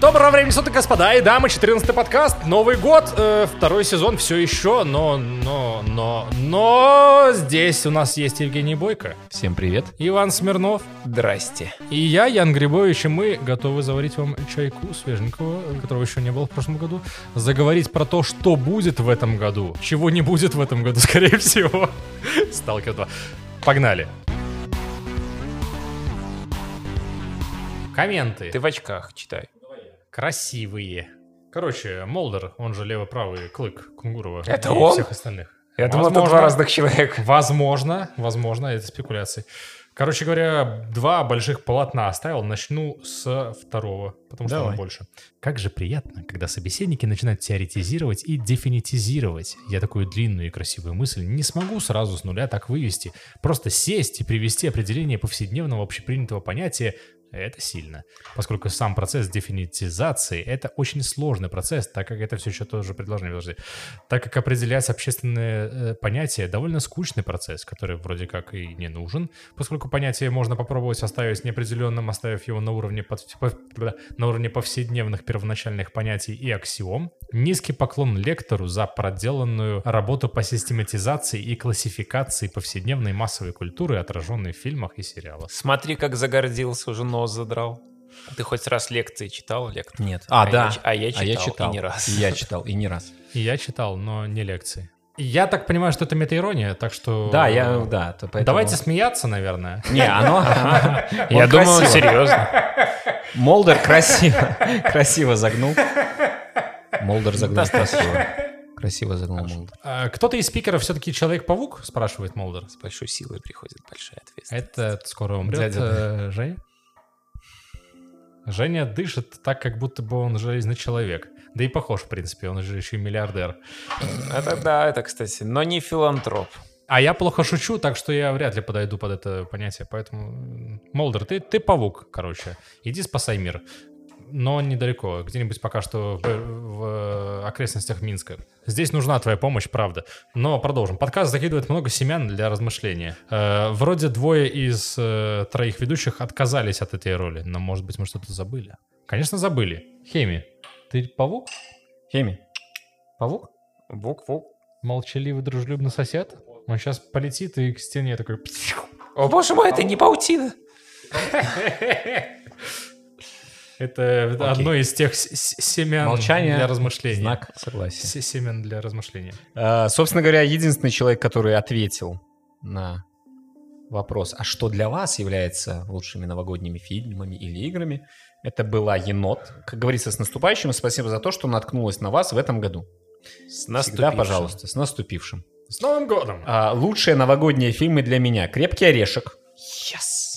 Доброго времени суток, господа и дамы, 14 подкаст, Новый год, э, второй сезон все еще, но, но, но, но здесь у нас есть Евгений Бойко, Всем привет. Иван Смирнов Здрасте. и я, Ян Грибович, и мы готовы заварить вам чайку свеженького, которого еще не было в прошлом году, заговорить про то, что будет в этом году, чего не будет в этом году, скорее всего. Сталкер 2. Погнали. Комменты. Ты в очках читай. красивые. Короче, Молдер, он же лево-правый клык Кунгурова. Это и он? всех остальных. Я думал, это Возможно. два разных человека. Возможно, возможно, это спекуляции. Короче говоря, два больших полотна оставил. Начну с второго, потому что Давай. он больше. Как же приятно, когда собеседники начинают теоретизировать и дефинитизировать. Я такую длинную и красивую мысль не смогу сразу с нуля так вывести. Просто сесть и привести определение повседневного общепринятого понятия это сильно, поскольку сам процесс дефинитизации — это очень сложный процесс, так как это все еще тоже предложение, подожди. Так как определять общественные э, понятия — довольно скучный процесс, который вроде как и не нужен, поскольку понятие можно попробовать оставить неопределенным, оставив его на уровне, под- пов- бля, на уровне повседневных первоначальных понятий и аксиом. Низкий поклон лектору за проделанную работу по систематизации и классификации повседневной массовой культуры, отраженной в фильмах и сериалах. Смотри, как загордился, уже нос задрал. Ты хоть раз лекции читал, лектор? Нет. А, А да. я ч- а я читал, и не раз. И я читал, и не раз. И Я читал, но не лекции. Я так понимаю, что это метаирония, так что... э, Да, я, да. то поэтому- Давайте смеяться, наверное. Не, оно... Я он думал, красиво. серьезно. Молдер красиво. Красиво загнул. Молдер загнул красиво. Красиво загнул Молдер. А, Кто-то из спикеров все-таки Человек-паук, спрашивает Молдер. С большой силой приходит большая ответственность. Это скоро умрет Дядя. э, Женя. Женя дышит так, как будто бы он железный человек. Да и похож, в принципе, он же еще и миллиардер. Это да, это, кстати, но не филантроп. А я плохо шучу, так что я вряд ли подойду под это понятие. Поэтому, м, Молдер, ты, ты паук, короче. Иди спасай мир. Но недалеко, где-нибудь пока что в, в окрестностях Минска. Здесь нужна твоя помощь, правда. Но продолжим. Подкаст закидывает много семян для размышления. Э, вроде двое из э, троих ведущих отказались от этой роли, но, может быть, мы что-то забыли. Конечно, забыли. Хеми, ты паук? Хеми. Павук? Бук-бук. Молчаливый, дружелюбный сосед? Он сейчас полетит и к стене такой... псих. О, боже мой, это не паутина. Это одно из тех с- с- семян Молчание, для размышления. Знак согласия. С- Семян для размышления. Э, Собственно говоря, единственный человек, который ответил на вопрос, а что для вас является лучшими новогодними фильмами или играми, это была енот. Как говорится, с наступающим, и спасибо за то, что наткнулась на вас в этом году. С Всегда, наступившим. пожалуйста, с наступившим. С Новым годом! А, лучшие новогодние фильмы для меня. «Крепкий орешек». Yes.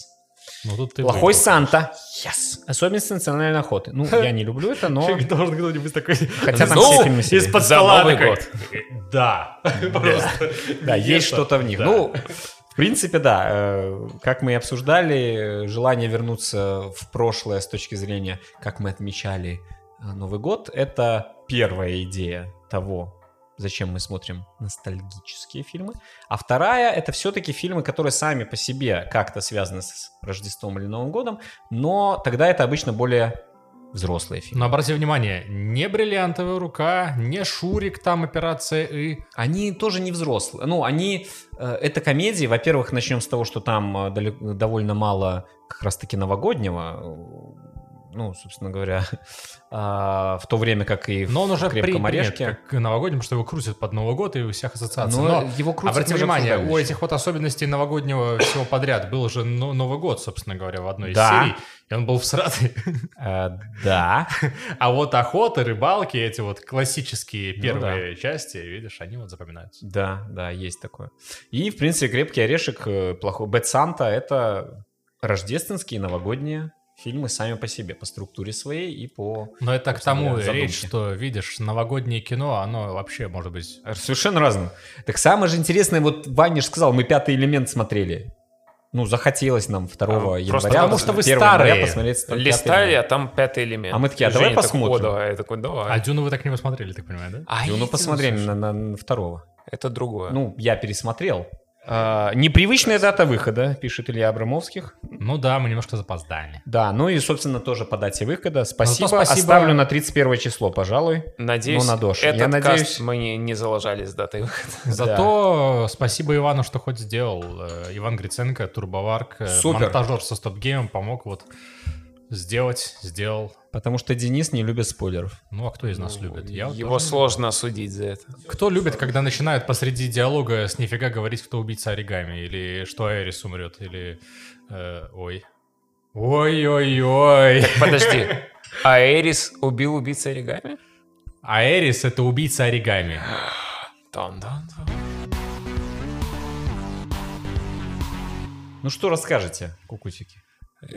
Ну тут ты «Плохой выиграл. Санта». Yes. «Особенности национальной охоты». Ну, я не люблю это, но... Человек должен кто-нибудь такой... Хотя там Ну, все фильмы серии. из-под За стола Новый такой. год. Да. Просто. Да, есть Где-то. что-то в них. Да. Ну, в принципе, да. Э, Как мы и обсуждали, э, желание вернуться в прошлое с точки зрения, как мы отмечали э, Новый год, это первая идея того, зачем мы смотрим ностальгические фильмы. А вторая — это все-таки фильмы, которые сами по себе как-то связаны с Рождеством или Новым годом, но тогда это обычно более взрослые фильмы. Но обрати внимание, не бриллиантовая рука, не Шурик там операция и... Они тоже не взрослые. Ну, они... э, Это комедии. Во-первых, начнем с того, что там э, далек- довольно мало как раз-таки новогоднего. э, Ну, собственно говоря, а, в то время как и в Но он уже «Крепком при- орешке». Ну, нет, как новогодним, что его крутят под Новый год и у всех ассоциации. Но Но его крутят, Обратите мы уже внимание, обсуждали у ещё. этих вот особенностей новогоднего всего подряд был же Но- Новый год, собственно говоря, в одной Да. из серий. И он был всратый. Э, Да. А вот охота, рыбалки, эти вот классические Ну первые части, видишь, они вот запоминаются. Да, да, есть такое. И, в принципе, «Крепкий орешек», э, плохой «Бэт Санта» — это рождественские новогодние фильмы сами по себе, по структуре своей и по... Но это к Собственно тому говоря, речь, задумки. что, видишь, новогоднее кино, оно вообще может быть... Совершенно разным. Так самое же интересное, вот Ваня же сказал, мы пятый элемент смотрели. Ну, захотелось нам 2 А, января. просто потому что вы 1 старые. января посмотреть там «Пятый Листали, а элемент». там пятый элемент. А мы такие, а И давай Женя такой, посмотрим. «О, давай. Я такой, А давай. Дюну вы так не посмотрели, так понимаю, да? А И, ну, Едину, посмотрели слушай, на, на- на второго. Это другое. Ну, я пересмотрел. А, Непривычная дата выхода, пишет Илья Абрамовских. Ну да, мы немножко запоздали. Да, ну и, собственно, тоже по дате выхода. Спасибо. спасибо. Оставлю на 31 число, пожалуй. Надеюсь, Ну, на Дош. этот Я надеюсь- каст мы не, не заложали с датой выхода. Зато спасибо Ивану, что хоть сделал. Э, Иван Гриценко, турбоварк, э, Супер. монтажер со стоп-геймом помог вот сделать, сделал. Потому что Денис не любит спойлеров. Ну а кто из нас любит? Я вот Его тоже. сложно осудить за это. Кто любит, когда начинают посреди диалога с нифига говорить, кто убийца оригами, или что Эрис умрет, или... э, ой. Ой-ой-ой. Подожди. А Эрис убил убийца оригами? А Эрис это убийца оригами. Там, да. Ну что расскажете, кукутики?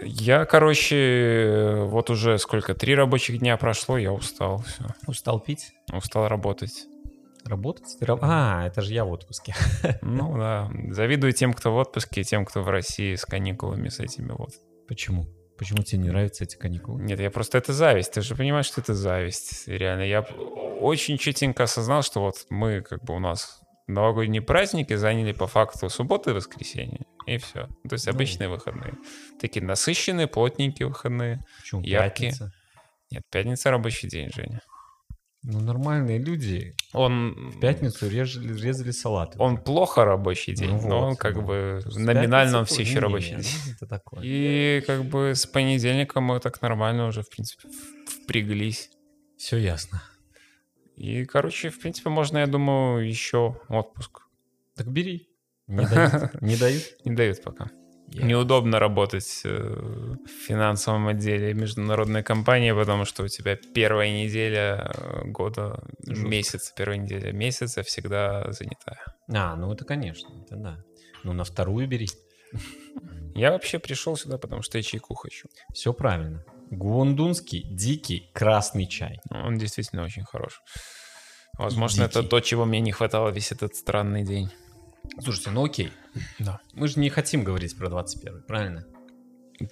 Я, короче, вот уже сколько, три рабочих дня прошло, я устал, все. Устал пить? Устал работать. Работать? Ты раб- А, это же я в отпуске. Ну да, завидую тем, кто в отпуске, и тем, кто в России с каникулами, с этими вот. Почему? Почему тебе не нравятся эти каникулы? Нет, я просто это зависть. Ты же понимаешь, что это зависть. Реально, я очень четенько осознал, что вот мы, как бы у нас новогодние праздники заняли по факту субботы и воскресенье. И все. То есть Ну. обычные выходные. Такие насыщенные, плотненькие выходные. Почему? Яркие. Пятница. Нет, пятница рабочий день, Женя. Ну, нормальные люди Он... в пятницу резали, резали салаты. Он плохо рабочий день, Ну но вот, он как ну. бы С номинально он пятницы все еще тоже рабочий не, день. ну, Это такое. И как бы с понедельника мы так нормально уже, в принципе, в- впряглись. Все ясно. И, короче, в принципе, можно, я думаю, еще отпуск. Так бери. Не дают. Не дают. Не дают пока. Я- Неудобно работать э, в финансовом отделе международной компании, потому что у тебя первая неделя э, года, Жестко. месяца, первая неделя месяца всегда занята. А, ну это конечно, это да. Ну на вторую бери. Я вообще пришел сюда, потому что я чайку хочу. Все правильно. Гуандунский дикий красный чай. Он действительно очень хорош. Возможно, Дикий. это то, чего мне не хватало весь этот странный день. Слушайте, ну окей. Да. Мы же не хотим говорить про 21 правильно?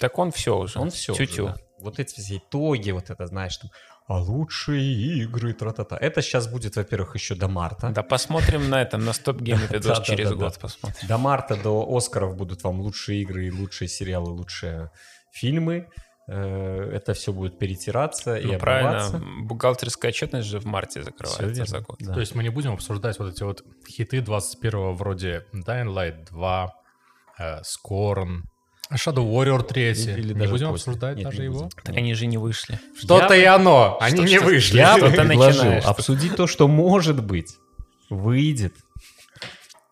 Так он все уже. Он все. Тю-тю. Вот эти все итоги, вот это, знаешь, там, а лучшие игры, тра-та-та. Это сейчас будет, во-первых, еще до марта. Да посмотрим на этом, на стоп-гейме видос Да-да-да-да. через год посмотрим. До марта, до Оскаров будут вам лучшие игры, и лучшие сериалы, лучшие фильмы. Э, Это все будет перетираться и Ну, обрываться. правильно, бухгалтерская отчетность же в марте Всё закрывается верно, за год. да. То есть мы не будем обсуждать вот эти вот хиты 21-го вроде Dying Light 2, э, Scorn, Shadow Warrior 3. Или не даже будем после. обсуждать Нет, даже не его. будем. Они же не вышли. Что-то и оно, они не что- вышли. Я Что-то предложил начинаешь. обсудить то, что может быть, выйдет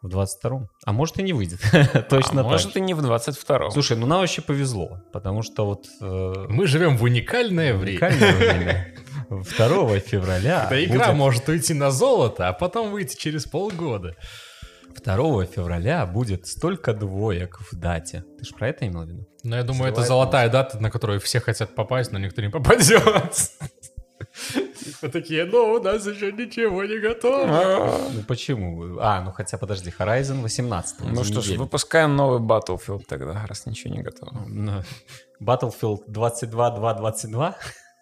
в 22-м. А может и не выйдет. Точно а так. может и не в 22-м. Слушай, ну нам вообще повезло, потому что вот... э, Мы живем в уникальное время. уникальное время. 2 февраля Эта игра будет- может уйти на золото, а потом выйти через полгода. 2 февраля будет столько двоек в дате. Ты же про это имел в виду? Но Ну, я думаю, это Сливает золотая дата, на которую все хотят попасть, но никто не попадет. Типа такие, ну, у нас еще ничего не готово. Ну почему? А, ну хотя подожди, Horizon 18. ну что ж, выпускаем новый Battlefield тогда, раз ничего не готово. Battlefield 22 2 22. На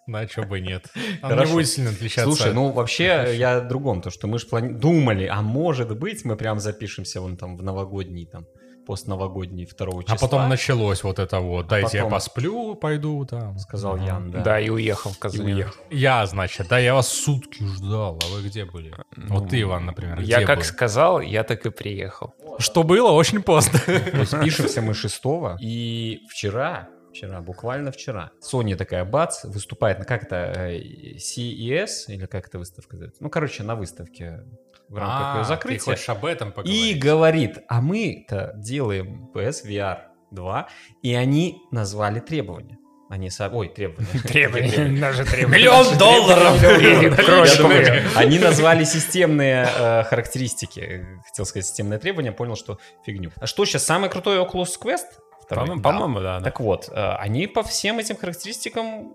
Ну, а чё бы нет. Она не Хорошо. будет сильно отличаться. Слушай, ну вообще я о другом, то что мы же думали, а может быть мы прям запишемся вон там в новогодний, там постновогодний 2 числа. А потом началось вот это вот. Дайте я потом- посплю, пойду там. Сказал Ага. Ян, да. Да, и уехал в И Казань. уехал. Я, значит, да, я вас сутки ждал, а вы где были? Ну, вот ты, Иван, например, где Ну, Я как был? сказал, я так и приехал. Что было, очень поздно. Вот Пишемся мы 6 и вчера, вчера, буквально вчера, Sony такая, бац, выступает на как это, э, CES, или как это выставка называется? Ну, короче, на выставке в рамках А, ее Ты закрытия. хочешь об этом И поговорить? говорит, а мы-то делаем PSVR 2, и они назвали требования. Они со... Ой, требования. Требования, даже требования. Миллион долларов! Или Я думаю, прочные. Они назвали системные э, характеристики. Хотел сказать системное требование, понял, что фигню. А что сейчас самый крутой Oculus Quest? Второй? По-моему, Да. по-моему, да. да. Так вот, э, они по всем этим характеристикам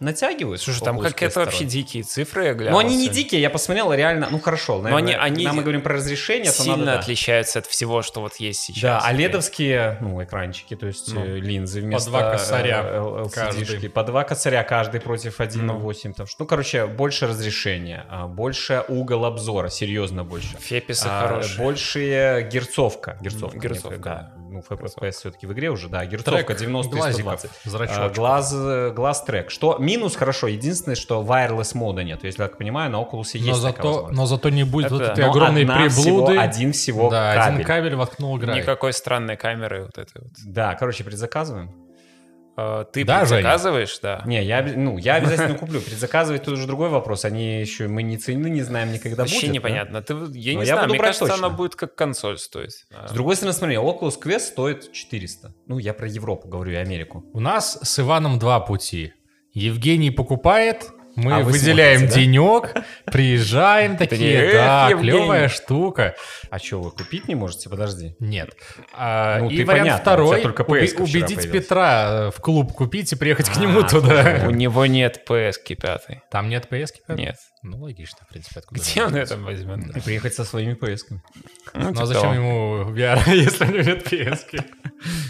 натягивают. Слушай, по там как плоской это вообще стороне. дикие цифры, я Но они не глянул. дикие, я посмотрел, реально, ну хорошо, они- наверное, они когда мы говорим про разрешение, то сильно надо, да. отличаются от всего, что вот есть сейчас. Да, а ледовские, ну, экранчики, то есть Ну, э, линзы вместо... два косаря э, э, каждый. LCD-шки, По два косаря каждый против 1,8. Там, что- ну, короче, больше разрешения, а, больше угол обзора, серьезно больше. Феписы А, хорошие. Большие герцовка. Герцовка. герцовка, нет, да. Ну, FPS все-таки в игре уже, да. Герцовка 90 и глазиков, 120. зрачочков. А, Глаз, э, глаз трек. Что минус хорошо, единственное, что wireless мода нет. Если я так понимаю, на Oculus есть Но такая зато, возможность. но зато не будет Это вот этой Но огромной одна всего- приблуды. один всего да, кабель. один кабель воткнул играет. Никакой странной камеры вот этой вот. Да, короче, предзаказываем. А, Ты Да, Женя? заказываешь, да. Не, я, обе- ну, я обязательно куплю. Предзаказывать тут уже другой вопрос. Они еще, мы не цены не знаем никогда Вообще будет, да? непонятно. Ты, я Но не я знаю, буду мне брать кажется, точно. она будет как консоль стоить. А, С другой стороны, смотри, Oculus Quest стоит 400. Ну, я про Европу говорю и Америку. У нас с Иваном два пути. Евгений покупает, мы А вы выделяем смотрите, да? денек, приезжаем такие, Такие, да, «Эх, Евгений». клевая штука. А что, вы купить не можете? Подожди. Нет. А, Ну, и ты вариант понятно, у второй, тебя только уби- PS-ка вчера убедить появилась. Петра э, в клуб купить и приехать к А, нему У туда. него нет PS-ки пятой. Там нет PS? -ки? Нет. Ну, логично, в принципе, откуда. Где же. он это возьмет? И приехать со своими поисками. Ну, Ну, типа а зачем того. ему VR, если у него нет PS? -ки?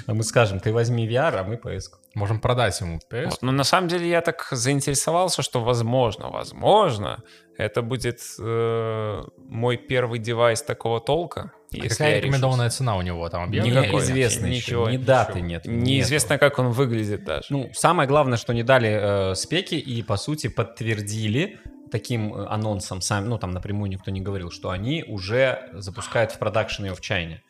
А мы скажем, ты возьми VR, а мы поиск. Можем продать ему А. PS. Вот, Но на самом деле я так заинтересовался, что возможно, возможно, это будет э, мой первый девайс такого толка. А если Какая я решусь. рекомендованная цена у него там объявлена? Никакой. Неизвестно Ничего, еще. Ни ничего. даты нет. Неизвестно, как он выглядит даже. Ну, самое главное, что не дали э, спеки и, по сути, подтвердили таким э, анонсом, сами, ну, там напрямую никто не говорил, что они уже запускают в продакшн ее в чайне.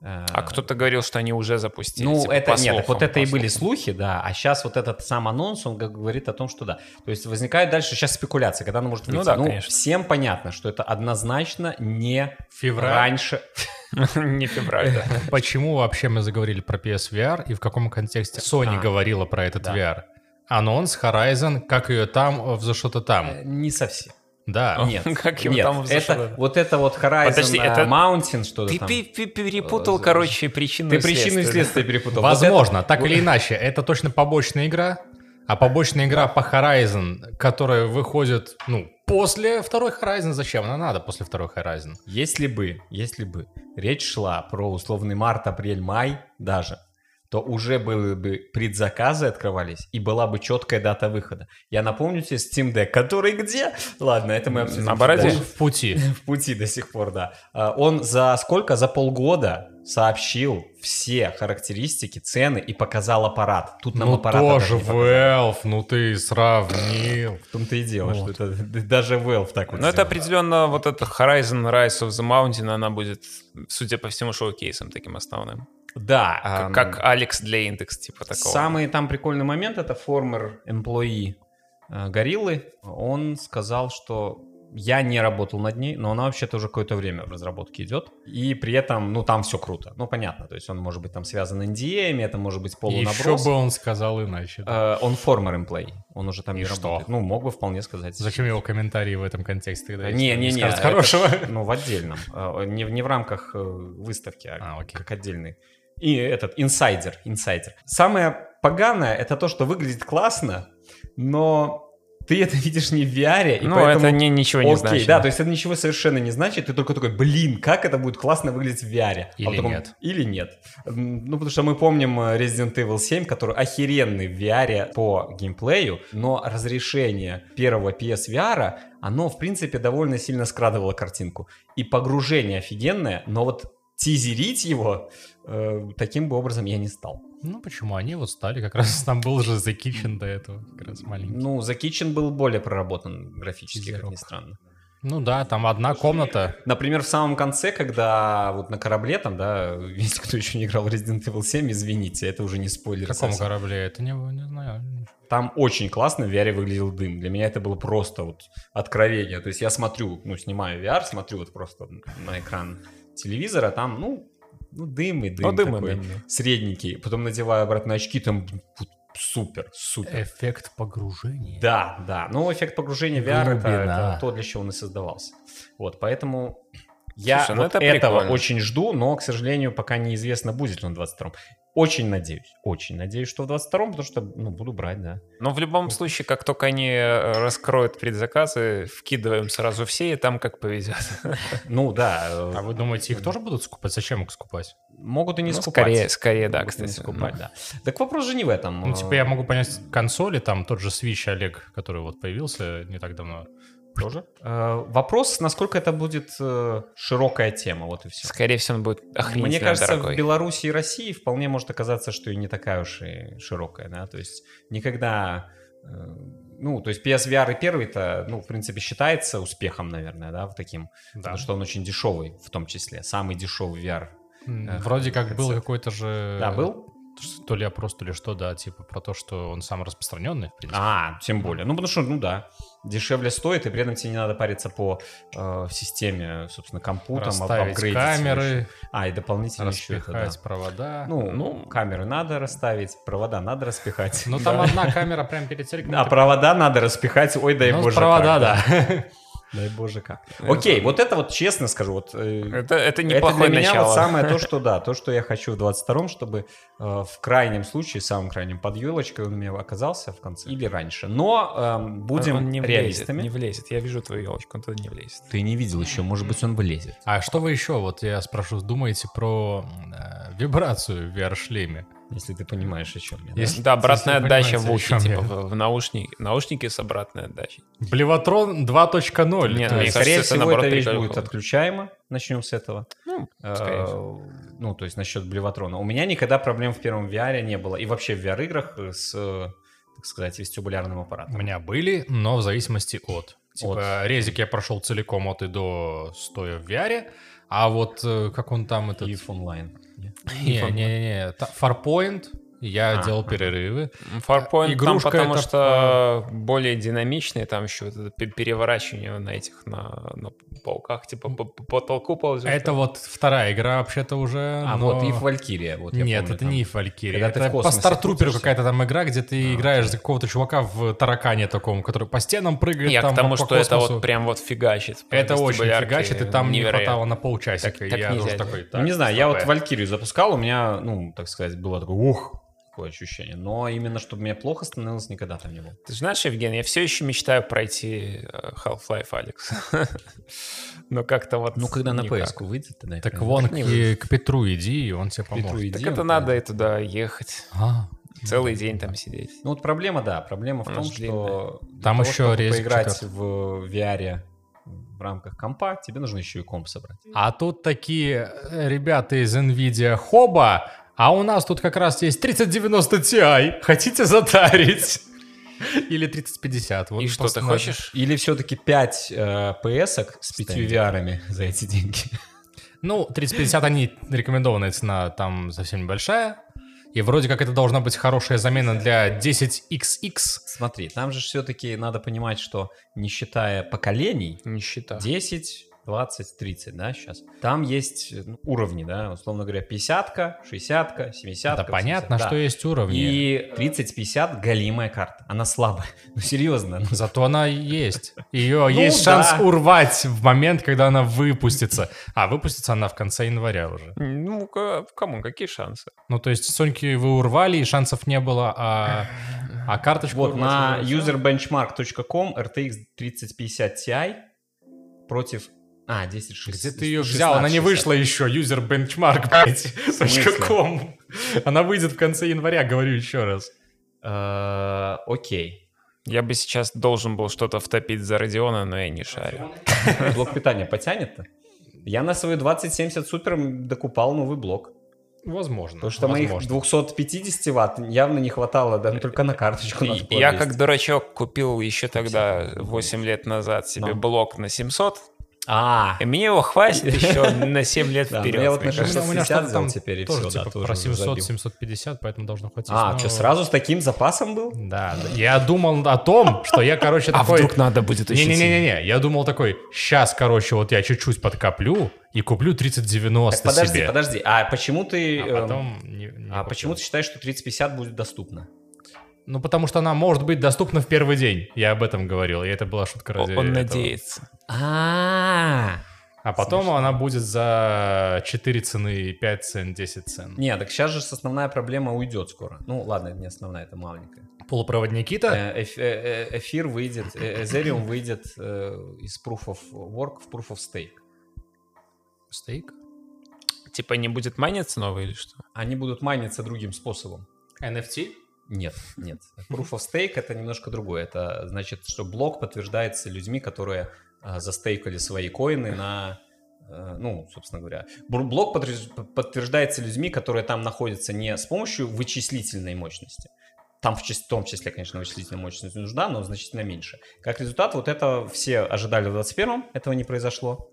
Э, а кто-то говорил, что они уже запустили. Ну, типа, это по нет, слухам, вот это по и были слухам. слухи, да. А сейчас вот этот сам анонс, он как говорит о том, что да. То есть возникает дальше сейчас спекуляция, когда она может Ну выйти. да, конечно. всем понятно, что это однозначно не Февраль. раньше. Не февраль, да. Почему вообще мы заговорили про PSVR и в каком контексте Sony А. говорила про этот Да. VR? Анонс, Horizon, как ее там, в за что-то там. Э, ну, Не совсем. Да. Нет. Как его Нет, там взошло? это, вот это вот Horizon Подожди, э, это- Mountain, что-то Ты там. пе- пе- перепутал, Э, короче, причину Ты причину и следствие перепутал. Вот Возможно, это- так вот- или иначе, это точно побочная игра, а побочная игра по Horizon, которая выходит, ну, после второй Horizon, зачем она надо после второй Horizon? Если бы, если бы речь шла про условный март, апрель, май даже, то уже были бы предзаказы открывались и была бы четкая дата выхода. Я напомню тебе Steam Deck, который где? Ладно, это мы обсудим. На бороде? дальше. В пути. В пути до сих пор, да. А, Он за сколько? За полгода сообщил все характеристики, цены и показал аппарат. Тут нам Ну аппарат тоже Valve, ну ты сравнил. В том-то и дело, что это даже Valve так вот Но Ну, это сделал. определенно вот это Horizon Rise of the Mountain, она будет, судя по всему, шоу-кейсом таким основным. Да. Как- ам, А, Как Алекс для Индекс, типа такого. Самый там прикольный момент это формер employee э, Гориллы. Он сказал, что я не работал над ней, но она вообще-то уже какое-то время в разработке идет. И при этом, ну, там все круто. Ну, понятно, то есть он может быть там связан NDA-ми, это может быть полунаброс. Еще бы он сказал иначе. да. Э, он формер employee, он уже там И не что? работает. Ну, мог бы вполне сказать. Зачем его комментарии в этом контексте? тогда, если Не, он не, не, скажет это хорошего. ж, ну, в отдельном. Э, Не, в- не в рамках э, выставки, а, А, окей. как отдельный. И этот инсайдер, инсайдер. Самое поганое это то, что выглядит классно, но ты это видишь не в VR, и Ну, поэтому... это не, ничего не Окей, значит. да, то есть это ничего совершенно не значит, ты только такой, блин, как это будет классно выглядеть в VR. А Или потом, нет. Или нет. М, Ну, потому что мы помним э, Resident Evil 7, который охеренный в VR по геймплею, но разрешение первого PSVR, оно, в принципе, довольно сильно скрадывало картинку. И погружение офигенное, но вот тизерить его э, таким бы образом я не стал. Ну почему? Они вот стали, как раз там был же The Kitchen до этого, как раз маленький. Ну, The Kitchen был более проработан графически, как ни Тизерок. странно. Ну да, там одна комната. Например, в самом конце, когда вот на корабле там, да, если кто еще не играл в Resident Evil 7, извините, это уже не В спойлер. каком совсем. корабле? Это не, не знаю. Там очень классно в VR выглядел дым. Для меня это было просто вот откровение. То есть я смотрю, ну, снимаю VR, смотрю вот просто на экран телевизора, там, ну, ну дым и дым Ну, дым и такой, дым, да. средненький. Потом надеваю обратно очки, там блин, вот супер, супер. Эффект погружения. Да, да. Но эффект погружения в VR это, Глубина. это то, для чего он и создавался. Вот, поэтому Я Слушай, ну вот это этого прикольно. очень жду, но, к сожалению, пока неизвестно, будет ли на 22-м. Очень надеюсь, очень надеюсь, что в 22-м, потому что, ну, буду брать, да. Но в любом случае, как только они э, раскроют предзаказы, вкидываем сразу все, и там как повезет. Ну, да. э, А вы думаете, их тоже будут скупать? Зачем их скупать? Могут и не Ну, скупать. Скорее, скорее, да, Могут и не кстати. скупать, Ну, да. Так вопрос же не в этом. э, Ну, типа, я могу понять консоли, там тот же Switch Олег, который вот появился не так давно. Тоже? Э, Вопрос, насколько это будет э, широкая тема, вот и все. Скорее всего, он будет охренительно Мне кажется, дорогой. в Беларуси и России вполне может оказаться, что и не такая уж и широкая, да, то есть никогда, э, ну, то есть PSVR и первый-то, ну, в принципе, считается успехом, наверное, да, вот таким, Да. потому Ну что он очень дешевый в том числе, самый дешевый VR. М, Вроде как был Концепт. какой-то же... Да, был? То ли опрос, то ли что, да, типа про то, что он сам распространенный, в принципе. А, тем более. Ну, потому что, ну да, дешевле стоит, и при этом тебе не надо париться по э, системе, собственно, компутом, ап- Расставить ну, апгрейдить ещё. камеры, А, и дополнительно еще это, да. распихать провода. Ну, Ну, камеры надо расставить, провода надо распихать. Но ну, там одна камера прям перед телеком. А провода надо распихать, ой, дай Ну, боже провода, как, да. Дай боже как. Это- Окей, вот это вот честно скажу, вот... э, Это, это Это неплохое для меня начало. вот самое то, что да, то, что я хочу в 22-м, чтобы э, в крайнем случае, самом крайнем, под елочкой он у меня оказался в конце или раньше. Но эм, будем Он не влезет, реалистами. не влезет. Я вижу твою елочку, он туда не влезет. Ты не видел еще, может быть, он вылезет. А что вы еще, вот я спрошу, думаете про э, вибрацию в VR-шлеме? Если ты понимаешь, о чем я. да? Если- да, обратная если отдача в понимаете, о ухе, чем типа я. в, в наушники. Наушники с обратной отдачей. Блеватрон 2.0. Не, то ну, есть- мне Скорее кажется, это, всего, наоборот, эта вещь прикольно. будет отключаема. Начнем с этого. Ну, скорее всего. Э, Ну, то есть насчет Блеватрона. У меня никогда проблем в первом VR не было. И вообще в VR-играх с, э, так сказать, вестибулярным У аппаратом. меня были, но в зависимости от. Типа резик я прошел целиком от и до, стоя в VR, а вот э, как он там этот... Ив онлайн. Не-не-не, Farpoint, я А, делал ага. перерывы. Farpoint там, игрушка потому это, а. что более динамичный, там еще вот это пе- переворачивание на этих, на, на пауках, типа по, по потолку ползет. Это вот вторая игра вообще-то уже. А но- вот Ив Валькирия. Вот я Нет, помню, это там. не Валькирия. когда ты Это в по космосе Стартруперу крутишься. какая-то там игра, где ты А, играешь за какого-то чувака в таракане таком, который по стенам прыгает. Ну, Я там, к тому, по что это космосу. вот прям вот фигачит. по Это очень вестибулярке, фигачит, и там не невероятно. хватало на полчасика. Так- и так я нельзя тоже делать. такой, Ну, так, не знаю, я стопэ. вот Валькирию запускал, у меня, ну, так сказать, было такое, ух, такое ощущение. Но именно, чтобы мне плохо становилось, никогда там не было. Ты знаешь, Евгений, я все еще мечтаю пройти э, Half-Life Алекс. Но как-то вот... Ну, когда на никак. PS выйдет, тогда... Так вон к, к Петру иди, и он тебе поможет. Так это надо и туда ехать. А, Целый день там сидеть. Ну вот проблема, да, проблема в Она том, же длинная. что для Там того, еще чтобы резик поиграть четвертый. в VR в рамках компа, тебе нужно еще и комп собрать. а тут такие э, ребята из NVIDIA Хоба, а у нас тут как раз есть 3090 Ti. Хотите затарить? Или 3050. вот и что, просто ты на- хочешь? Или все-таки 5 PS с 5 Стенди. VR за эти деньги. Ну, 3050 они рекомендованная цена там совсем небольшая. И вроде как это должна быть хорошая замена для 10XX. Смотри, там же все-таки надо понимать, что не считая поколений, Не считаю. 10, 20, 30, да, сейчас. Там есть э, ну, уровни, да, условно говоря, 50-ка, 60-ка, 70-ка. Да понятно, 80-ка, что да. есть уровни. И 30-50 голимая карта. Она слабая. Ну, серьезно. она Зато она есть. Ее Ну есть да. шанс урвать в момент, когда она выпустится. А выпустится она в конце января уже. Ну, ка- кому, какие шансы? Ну, то есть Соньки вы урвали, и шансов не было, а, а карточку... Вот урвать на уже нельзя. userbenchmark.com RTX 3050 Ti против... А, 1060. Где ты ее взял? Она не вышла еще. User benchmark, блядь, смысле? .com. Она выйдет в конце января, говорю еще раз. Э, Окей. Я бы сейчас должен был что-то втопить за Родиона, но я не шарю. Блок питания потянет-то? Я на свою 2070 супер докупал новый блок. Возможно. Потому что моих возможно. Э, 250 ватт явно не хватало, да, только на карточку. надо И было Я 200. как дурачок купил еще тогда, 8 лет назад, себе Ну. блок на 700, А, и мне его хватит еще на 7 лет Да, ну вперед. я вот мне на У кажется. меня- у меня 660 штат взял там теперь и тоже, всё, да, типа, тоже про уже 700, забил. 750, поэтому должно хватить. а, Ну, что, сразу с таким запасом был? Да, да. я думал о том, что я, короче, А такой... вдруг надо будет еще Не-не-не, я думал такой, сейчас, короче, вот я чуть-чуть подкоплю и куплю 3090 Так, подожди, себе. подожди. А почему ты... А эм, потом... не- не А купил. почему ты считаешь, что 3050 будет доступно? Ну, потому что она может быть доступна в первый день. Я об этом говорил, и это была шутка ради Он этого. надеется. А, А потом Смешно. она будет за 4 цены, 5 цен, 10 цен. Не, так сейчас же основная проблема уйдет скоро. Ну, ладно, это не основная, это маленькая. Полупроводники-то? Э, эф- э, э, Эфир выйдет, э, Эзериум выйдет э, из Proof of Work в Proof of Stake. Стейк? Типа не будет майниться новый или что? Они будут майниться другим способом. NFT? Нет, нет. Proof of Stake это немножко другое. Это значит, что блок подтверждается людьми, которые а, застейкали свои коины на... э, Ну, собственно говоря, бр- блок подтвержд- подтверждается людьми, которые там находятся не с помощью вычислительной мощности. Там в чис- в том числе, конечно, вычислительная мощность нужна, но значительно меньше. Как результат, вот это все ожидали в 21-м, этого не произошло.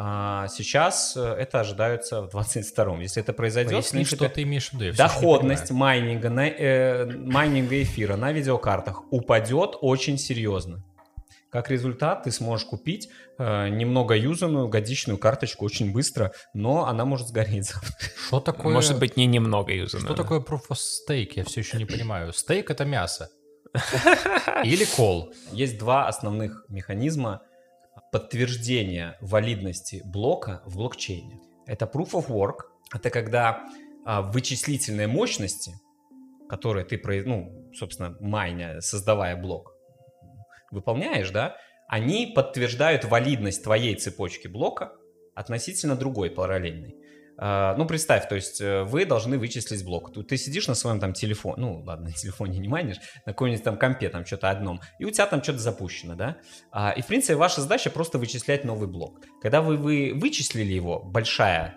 А сейчас э, это ожидаются в 22-м. Если это произойдет, в Поясни, принципе, что ты имеешь в виду. я всё ещё не Доходность майнинга, на, э, майнинга эфира на видеокартах упадет очень серьезно. Как результат, ты сможешь купить э, немного юзанную годичную карточку очень быстро, но она может сгореть. понимаю. Что такое... Может быть, не немного юзана. Что такое proof of stake? Я все еще не понимаю. Стейк — это мясо. А. Или кол. Есть два основных механизма подтверждения валидности блока в блокчейне. Это proof of work, это когда а, вычислительные мощности, которые ты, произ- ну, собственно, майня, создавая блок, выполняешь, да, они подтверждают валидность твоей цепочки блока относительно другой параллельной. А, Ну, представь, то есть э, вы должны вычислить блок. Тут Ты сидишь на своем там телефоне, ну, ладно, на телефоне не манишь, на каком-нибудь там компе, там что-то одном, и у тебя там что-то запущено, да? А, И, в принципе, ваша задача просто вычислять новый блок. Когда вы, вы вычислили его, большая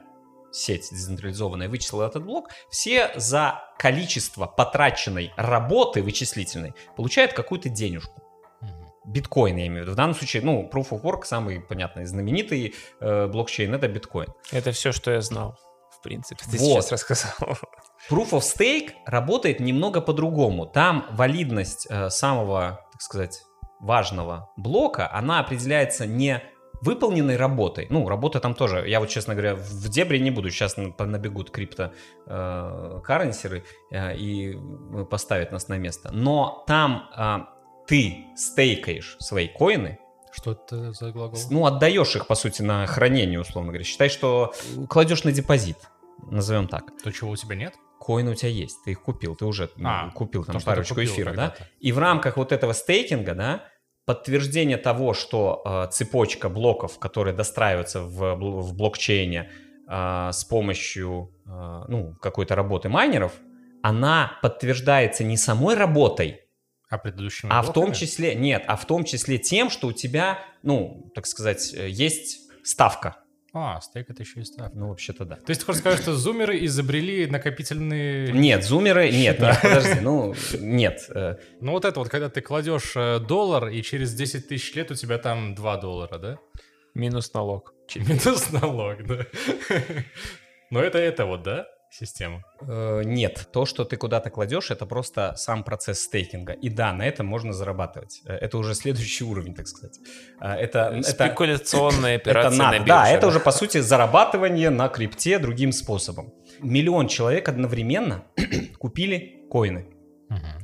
сеть децентрализованная вычислила этот блок, все за количество потраченной работы вычислительной получают какую-то денежку Мгм. биткоин, я имею в виду. В данном случае, ну, Proof of Work, самый, понятный, знаменитый э, блокчейн, это биткоин. Это все, что я знал, в принципе. Ты Вот. сейчас рассказал. Proof of Stake работает немного по-другому. Там валидность э, самого, так сказать, важного блока, она определяется не выполненной работой. Ну, работа там тоже. Я вот, честно говоря, в дебри не буду. Сейчас на- по- набегут крипто э, каренсеры, э, и поставят нас на место. Но там э, ты стейкаешь свои коины, Что это за глагол? Ну, отдаешь их, по сути, на хранение, условно говоря. Считай, что кладешь на депозит, назовем так. То, чего у тебя нет? Коины у тебя есть, ты их купил, ты уже ну, А, купил там То, что ты парочку купил эфира, да? когда-то. И в рамках вот этого стейкинга, да, подтверждение того, что э, цепочка блоков, которые достраиваются в, бл- в блокчейне э, с помощью, э, ну, какой-то работы майнеров, она подтверждается не самой работой, А предыдущими а в том блоками? числе, нет, а в том числе тем, что у тебя, ну, так сказать, э, есть ставка. А, стейк — это еще и ставка. Ну, вообще-то да. То есть ты хочешь сказать, что зумеры изобрели накопительные... Нет, зумеры, нет, Счета. нет, подожди, ну, нет. э, Ну вот это вот, когда ты кладешь э, доллар, и через 10 тысяч лет у тебя там 2 доллара, да? Минус налог. Минус налог, да. Но это это вот, да, система? э, Нет, то, что ты куда-то кладешь, это просто сам процесс стейкинга. И да, на этом можно зарабатывать. Э, Это уже следующий уровень, так сказать. Э, Это, это, Спекуляционные это операции на надо. Да, бирже, это уже, по сути, зарабатывание на крипте другим способом. Миллион человек одновременно купили коины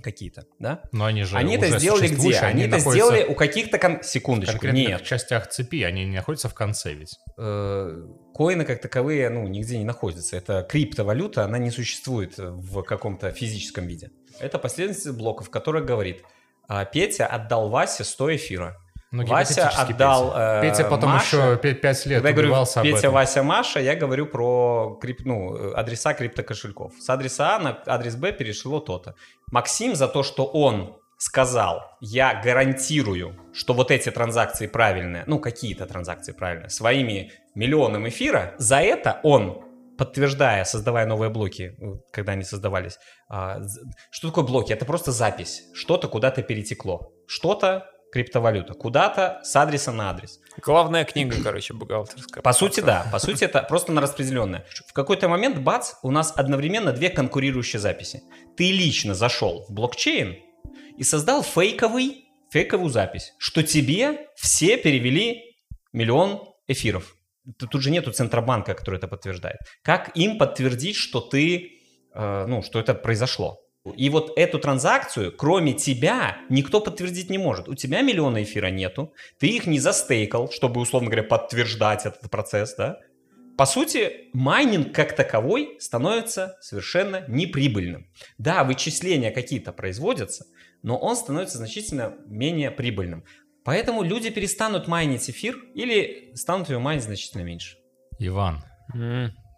какие-то, да? Но они же Они это уже сделали где? существующие, Они это находятся сделали у каких-то... кон- в Секундочку, конкретных нет. частях цепи, они не находятся в конце ведь. Э, Коины как таковые, ну, нигде не находятся. Это криптовалюта, она не существует э, в каком-то физическом виде. Это последовательность блоков, которая говорит, а, Петя отдал Васе 100 эфира. Ну, Вася гипотетически отдал Петя. э, Петя потом Маше. еще 5 лет Когда я говорю убивался Петя, об этом. Вася, Маша, я говорю про крип- ну, э, адреса криптокошельков. С адреса А на адрес Б перешло то-то. Максим за то, что он сказал, я гарантирую, что вот эти транзакции правильные, ну какие-то транзакции правильные, своими миллионом эфира, за это он, подтверждая, создавая новые блоки, э, когда они создавались, а, з- что такое блоки? Это просто запись. Что-то куда-то перетекло. Что-то криптовалюта. Куда-то с адреса на адрес. Главная книга, короче, бухгалтерская. По сути, да. По сути, это просто на распределенное. В какой-то момент, бац, у нас одновременно две конкурирующие записи. Ты лично зашел в блокчейн и создал фейковый, фейковую запись, что тебе все перевели миллион эфиров. Т- Тут же нету центробанка, который это подтверждает. Как им подтвердить, что ты, э, ну, что это произошло? И вот эту транзакцию, кроме тебя, никто подтвердить не может. У тебя миллиона эфира нету, ты их не застейкал, чтобы, условно говоря, подтверждать этот процесс, да? По сути, майнинг как таковой становится совершенно неприбыльным. Да, вычисления какие-то производятся, но он становится значительно менее прибыльным. Поэтому люди перестанут майнить эфир или станут его майнить значительно меньше. Иван,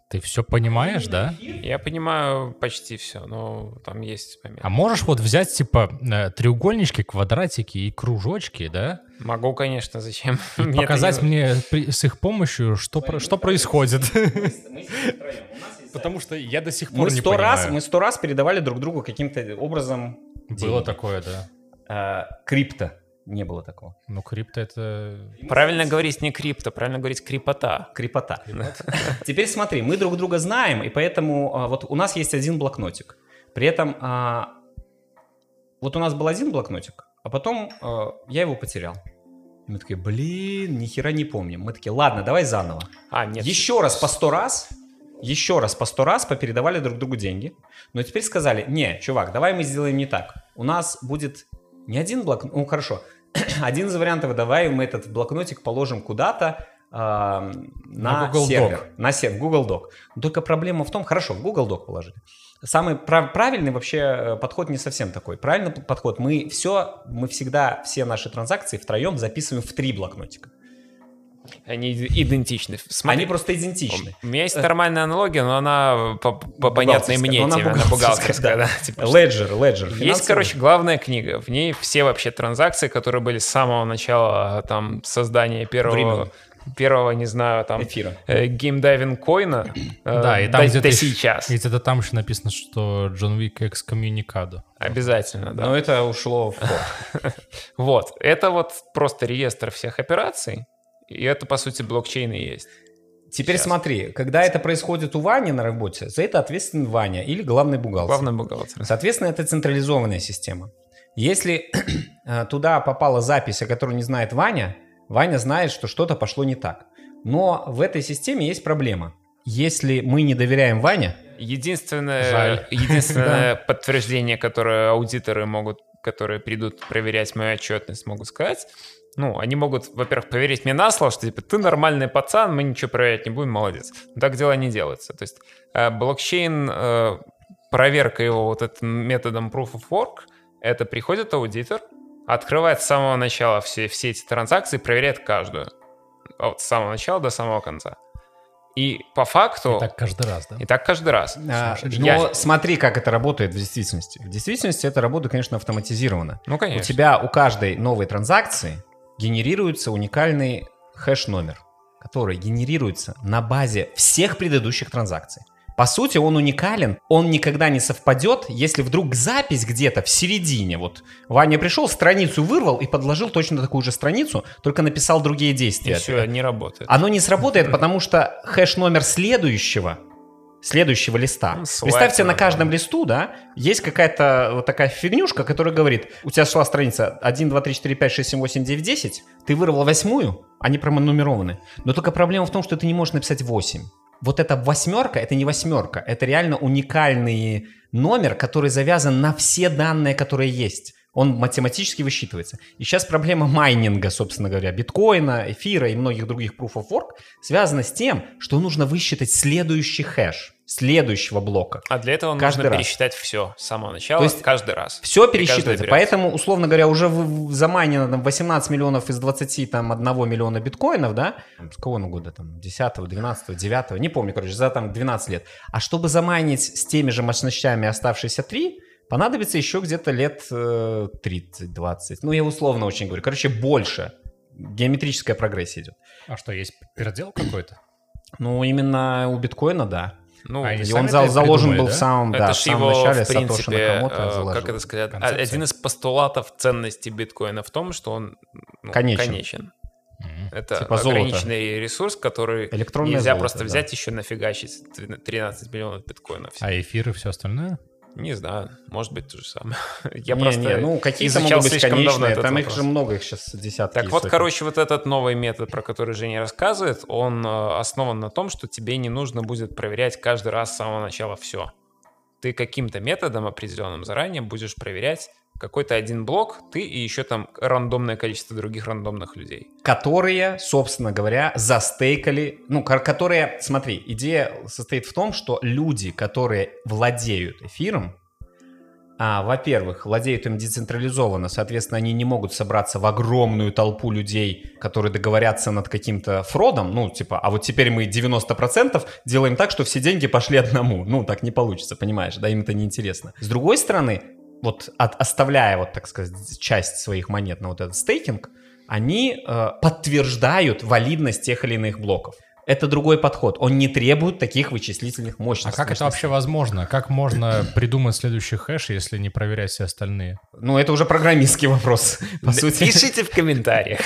ты все понимаешь, да? Я понимаю почти все, но там есть моменты. А можешь вот взять, типа, э, треугольнички, квадратики и кружочки, да? Могу, конечно, зачем? И Мне это показать не- мне при- с их помощью, что, про- что происходит. Потому что я до сих Мы пор не сто раз, понимаю. мы сто раз передавали друг другу каким-то образом Было такое, да. э, крипто. Не было такого. Ну, крипто это... Правильно говорить не крипто, правильно говорить крипота. Крипота. Теперь смотри, мы друг друга знаем, и поэтому а, вот у нас есть один блокнотик. При этом а, вот у нас был один блокнотик, а потом а, я его потерял. И мы такие, блин, нихера не помним. Мы такие, ладно, давай заново. А, нет. еще раз по сто раз, еще раз по сто раз попередавали друг другу деньги. Но теперь сказали, не, чувак, давай мы сделаем не так. У нас будет не один блокнот, ну хорошо, один из вариантов, давай мы этот блокнотик положим куда-то, а, на, На Google сервер, Doc. на сер- Google Doc. Только проблема в том, хорошо, в Google Doc положили. Самый прав- правильный вообще э, подход не совсем такой. Правильный п- подход, мы все, мы всегда все наши транзакции втроем записываем в три блокнотика. Они идентичны. Смотри, Они просто идентичны. Э, У меня есть нормальная аналогия, но она по, по понятной Бухгалтерская. мне Ну, она теме, она бухгалтерская, бухгалтерская, да. типа, что- Леджер, леджер. Есть, короче, главная книга. В ней все вообще транзакции, которые были с самого начала а, там создания первого, Времен. первого не знаю, там эфира. э, геймдайвинг коина. э, Да, и там до- где-то до ещё- сейчас. И где-то там еще написано, что Джон Уик экскоммуникадо. Обязательно, да. Но это ушло в пол. Вот. Это вот просто реестр всех операций. И это, по сути, блокчейн и есть. Теперь Сейчас. смотри, когда это происходит у Вани на работе, за это ответственен Ваня или главный бухгалтер. Главный бухгалтер. Соответственно, это централизованная система. Если э, туда попала запись, о которой не знает Ваня, Ваня знает, что что-то пошло не так. Но в этой системе есть проблема. Если мы не доверяем Ване, Единственное, Жаль. единственное подтверждение, которое аудиторы могут, которые придут проверять мою отчетность, могут сказать, ну, они могут, во-первых, поверить мне на слово, что типа ты нормальный пацан, мы ничего проверять не будем, молодец. Но так дела не делаются. То есть э, блокчейн, э, проверка его вот этим методом proof of work, это приходит аудитор, открывает с самого начала все, все эти транзакции, проверяет каждую. От самого начала до самого конца. И по факту... Так каждый раз, да? и так каждый раз. а, Сумасшедший. но Я- смотри, как это работает в действительности. В действительности эта работа, конечно, автоматизирована. Ну, У конечно. тебя у каждой новой транзакции генерируется уникальный хэш-номер, который генерируется на базе всех предыдущих транзакций. По сути, он уникален, он никогда не совпадет, если вдруг запись где-то в середине, вот Ваня пришел, страницу вырвал и подложил точно такую же страницу, только написал другие И действия. все, не работает. Оно не сработает, потому что хэш-номер следующего следующего листа. Ну, слайд Представьте, на нормально. каждом листу, да, есть какая-то вот такая фигнюшка, которая говорит, у тебя шла страница 1, 2, 3, 4, 5, 6, 7, 8, 9, 10, ты вырвал восьмую, они проманумерованы. Но только проблема в том, что ты не можешь написать 8. Вот эта восьмерка, это не восьмерка, это реально уникальный номер, который завязан на все данные, которые есть. Он математически высчитывается. И сейчас проблема майнинга, собственно говоря, биткоина, эфира и многих других proof of work связана с тем, что нужно высчитать следующий хэш следующего блока. А для этого Каждый нужно раз. пересчитать все с самого начала, То есть- каждый раз. Все При каждой пересчитывается. операции. Поэтому, условно говоря, уже в- в- заманено там 18 миллионов из 20 там 1 миллиона биткоинов, да? Там, С какого он года там? 10, 12, 9, не помню, короче, за там 12 лет. А чтобы заманить с теми же мощностями оставшиеся 3, понадобится еще где-то лет э, 30-20. Ну, я условно очень говорю. Короче, больше. Геометрическая прогрессия идет. А что, есть передел какой-то? Ну, именно у биткоина, да. Ну, А, и И сами он это зал- заложен придумали, был да? в самом, да, это в же самом его, начале в Сatoshi принципе, Накамото э, заложил. как это сказать, а- Концепция. один из постулатов ценности биткоина в том, что он ну, Конечен. Мгм. Это Типа золото. ограниченный ресурс, который Электронное нельзя золото, просто да. взять еще нафигачить 13 миллионов биткоинов. А эфир и все остальное? Не знаю, может быть то же самое. Я Не, просто не, ну какие-то изучал могут быть слишком давно конечные, этот там их вопрос. же много, их сейчас десятки. Так и вот, сотни. короче, вот этот новый метод, про который Женя рассказывает, он э, основан на том, что тебе не нужно будет проверять каждый раз с самого начала все. ты каким-то методом определенным заранее будешь проверять какой-то один блок, ты и еще там рандомное количество других рандомных людей. которые, собственно говоря, застейкали, ну, ко- которые, смотри, идея состоит в том, что люди, которые владеют эфиром, а, во-первых, владеют им децентрализованно, соответственно, они не могут собраться в огромную толпу людей, которые договорятся над каким-то фродом, ну, типа, а вот теперь мы 90% делаем так, что все деньги пошли одному. Ну, так не получится, понимаешь, да, им это неинтересно. С другой стороны, вот от- оставляя, вот, так сказать, часть своих монет на вот этот стейкинг, они э, подтверждают валидность тех или иных блоков. Это другой подход. Он не требует таких вычислительных А мощностей. как это вообще возможно? Как можно придумать следующий хэш, если не проверять все остальные? Ну, это уже программистский вопрос, по сути. Пишите в комментариях.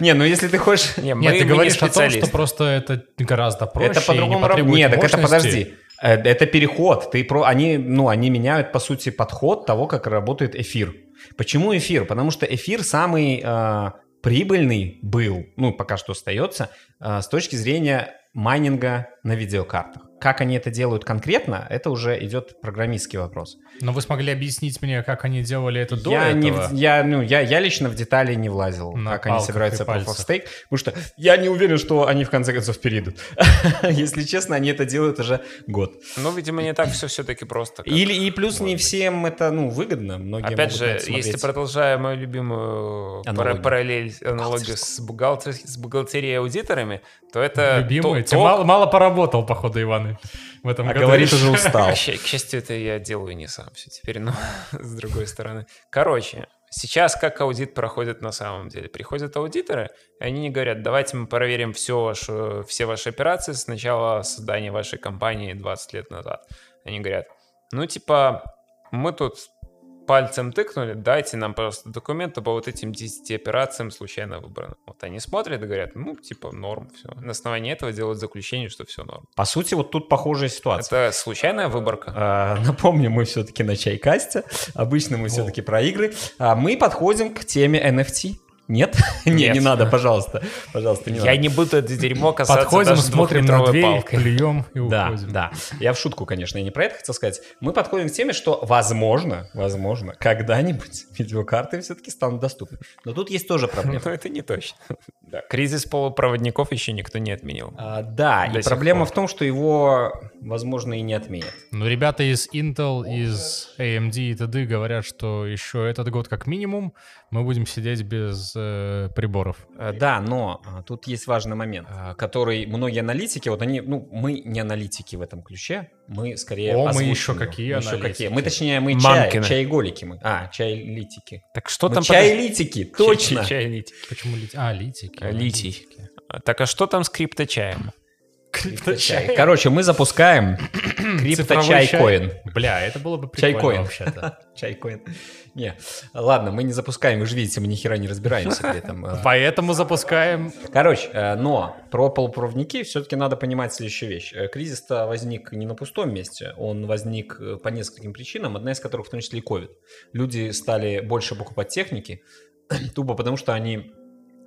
Не, ну если ты хочешь... Не, мы- Нет, ты мы говоришь о том, специалисты. что просто это гораздо проще это и не по-другому потребует работает. Нет, так это мощности. подожди. Э, Это переход. Ты про... они, ну, они меняют, по сути, подход того, как работает эфир. Почему эфир? Потому что эфир самый э, прибыльный был, ну, пока что остается, э, с точки зрения майнинга на видеокартах. Как они это делают конкретно, это уже идет программистский вопрос. Но вы смогли объяснить мне, как они делали это до я, этого? не в- я, ну, я, я лично в детали не влазил, На как они палках собираются и пальцах. в стейк, потому что я не уверен, что они в конце концов перейдут. Если честно, они это делают уже год. Ну, видимо, не так все все-таки просто. как- Или и плюс не может быть. всем это ну выгодно, многие Опять могут же, на это смотреть. если продолжая мою любимую э, пара- Аналогию. параллель, аналогию с, бухгалтер, с бухгалтерией и аудиторами, то это... Любимый. то- Ты то- мало, мало поработал, походу, Иваны, в этом а году. говорит уже устал. К ща- к счастью, это я делаю не сам все теперь, но с другой стороны. Короче, сейчас как аудит проходит на самом деле? Приходят аудиторы, и они не говорят, давайте мы проверим все, ваше, все ваши операции с начала создания вашей компании 20 лет назад. Они говорят, ну типа, мы тут пальцем тыкнули, дайте нам, пожалуйста, документы по вот этим 10 операциям случайно выбранным. Вот они смотрят и говорят, ну, типа, норм, все. На основании этого делают заключение, что все норм. По сути, вот тут похожая ситуация. Это случайная выборка? А, Напомню, мы все-таки на чайкасте. Обычно мы все-таки про игры. А Мы подходим к теме NFT. Нет? Не, Нет. не надо, пожалуйста. Пожалуйста, не Я надо. не буду это дерьмо касаться Подходим, даже смотрим на двухлитровой дверь, палкой. плюем и Да, уходим. да. Я в шутку, конечно, я не про это хотел сказать. Мы подходим к теме, что возможно, возможно, когда-нибудь видеокарты все-таки станут доступны. Но тут есть тоже проблема. Но это не точно. Да, Кризис полупроводников еще никто не отменил. А, Да, До и сих проблема пор. в том, что его, возможно, и не отменят. Ну, ребята из Intel, из AMD и т.д. говорят, что еще этот год как минимум мы будем сидеть без э, приборов. Э, Да, но а, тут есть важный момент, а, который многие аналитики, вот они, ну, мы не аналитики в этом ключе, мы скорее О, мы озвучим еще его. какие Мы еще аналитики. какие. Мы, точнее, мы чай, Мамкины. чайголики мы. А, чайлитики. Так что Мы там... чайлитики, подо- Ну, точно. Чай- чай- литий. Почему литий? А, литики. А, литий. литики. Так а что там с крипточаем? Чай. Короче, мы запускаем Цифровой чай. крипто-чайкоин. Бля, это было бы прикольно Чайкоин. вообще-то. Чайкоин. Не, ладно, мы не запускаем, вы же видите, мы ни хера не разбираемся при этом. Э, Поэтому запускаем Короче, э, но про полупроводники все-таки надо понимать следующую вещь. Э, Кризис-то возник не на пустом месте, он возник э, по нескольким причинам, одна из которых в том числе и ковид. Люди стали больше покупать техники, тупо потому что они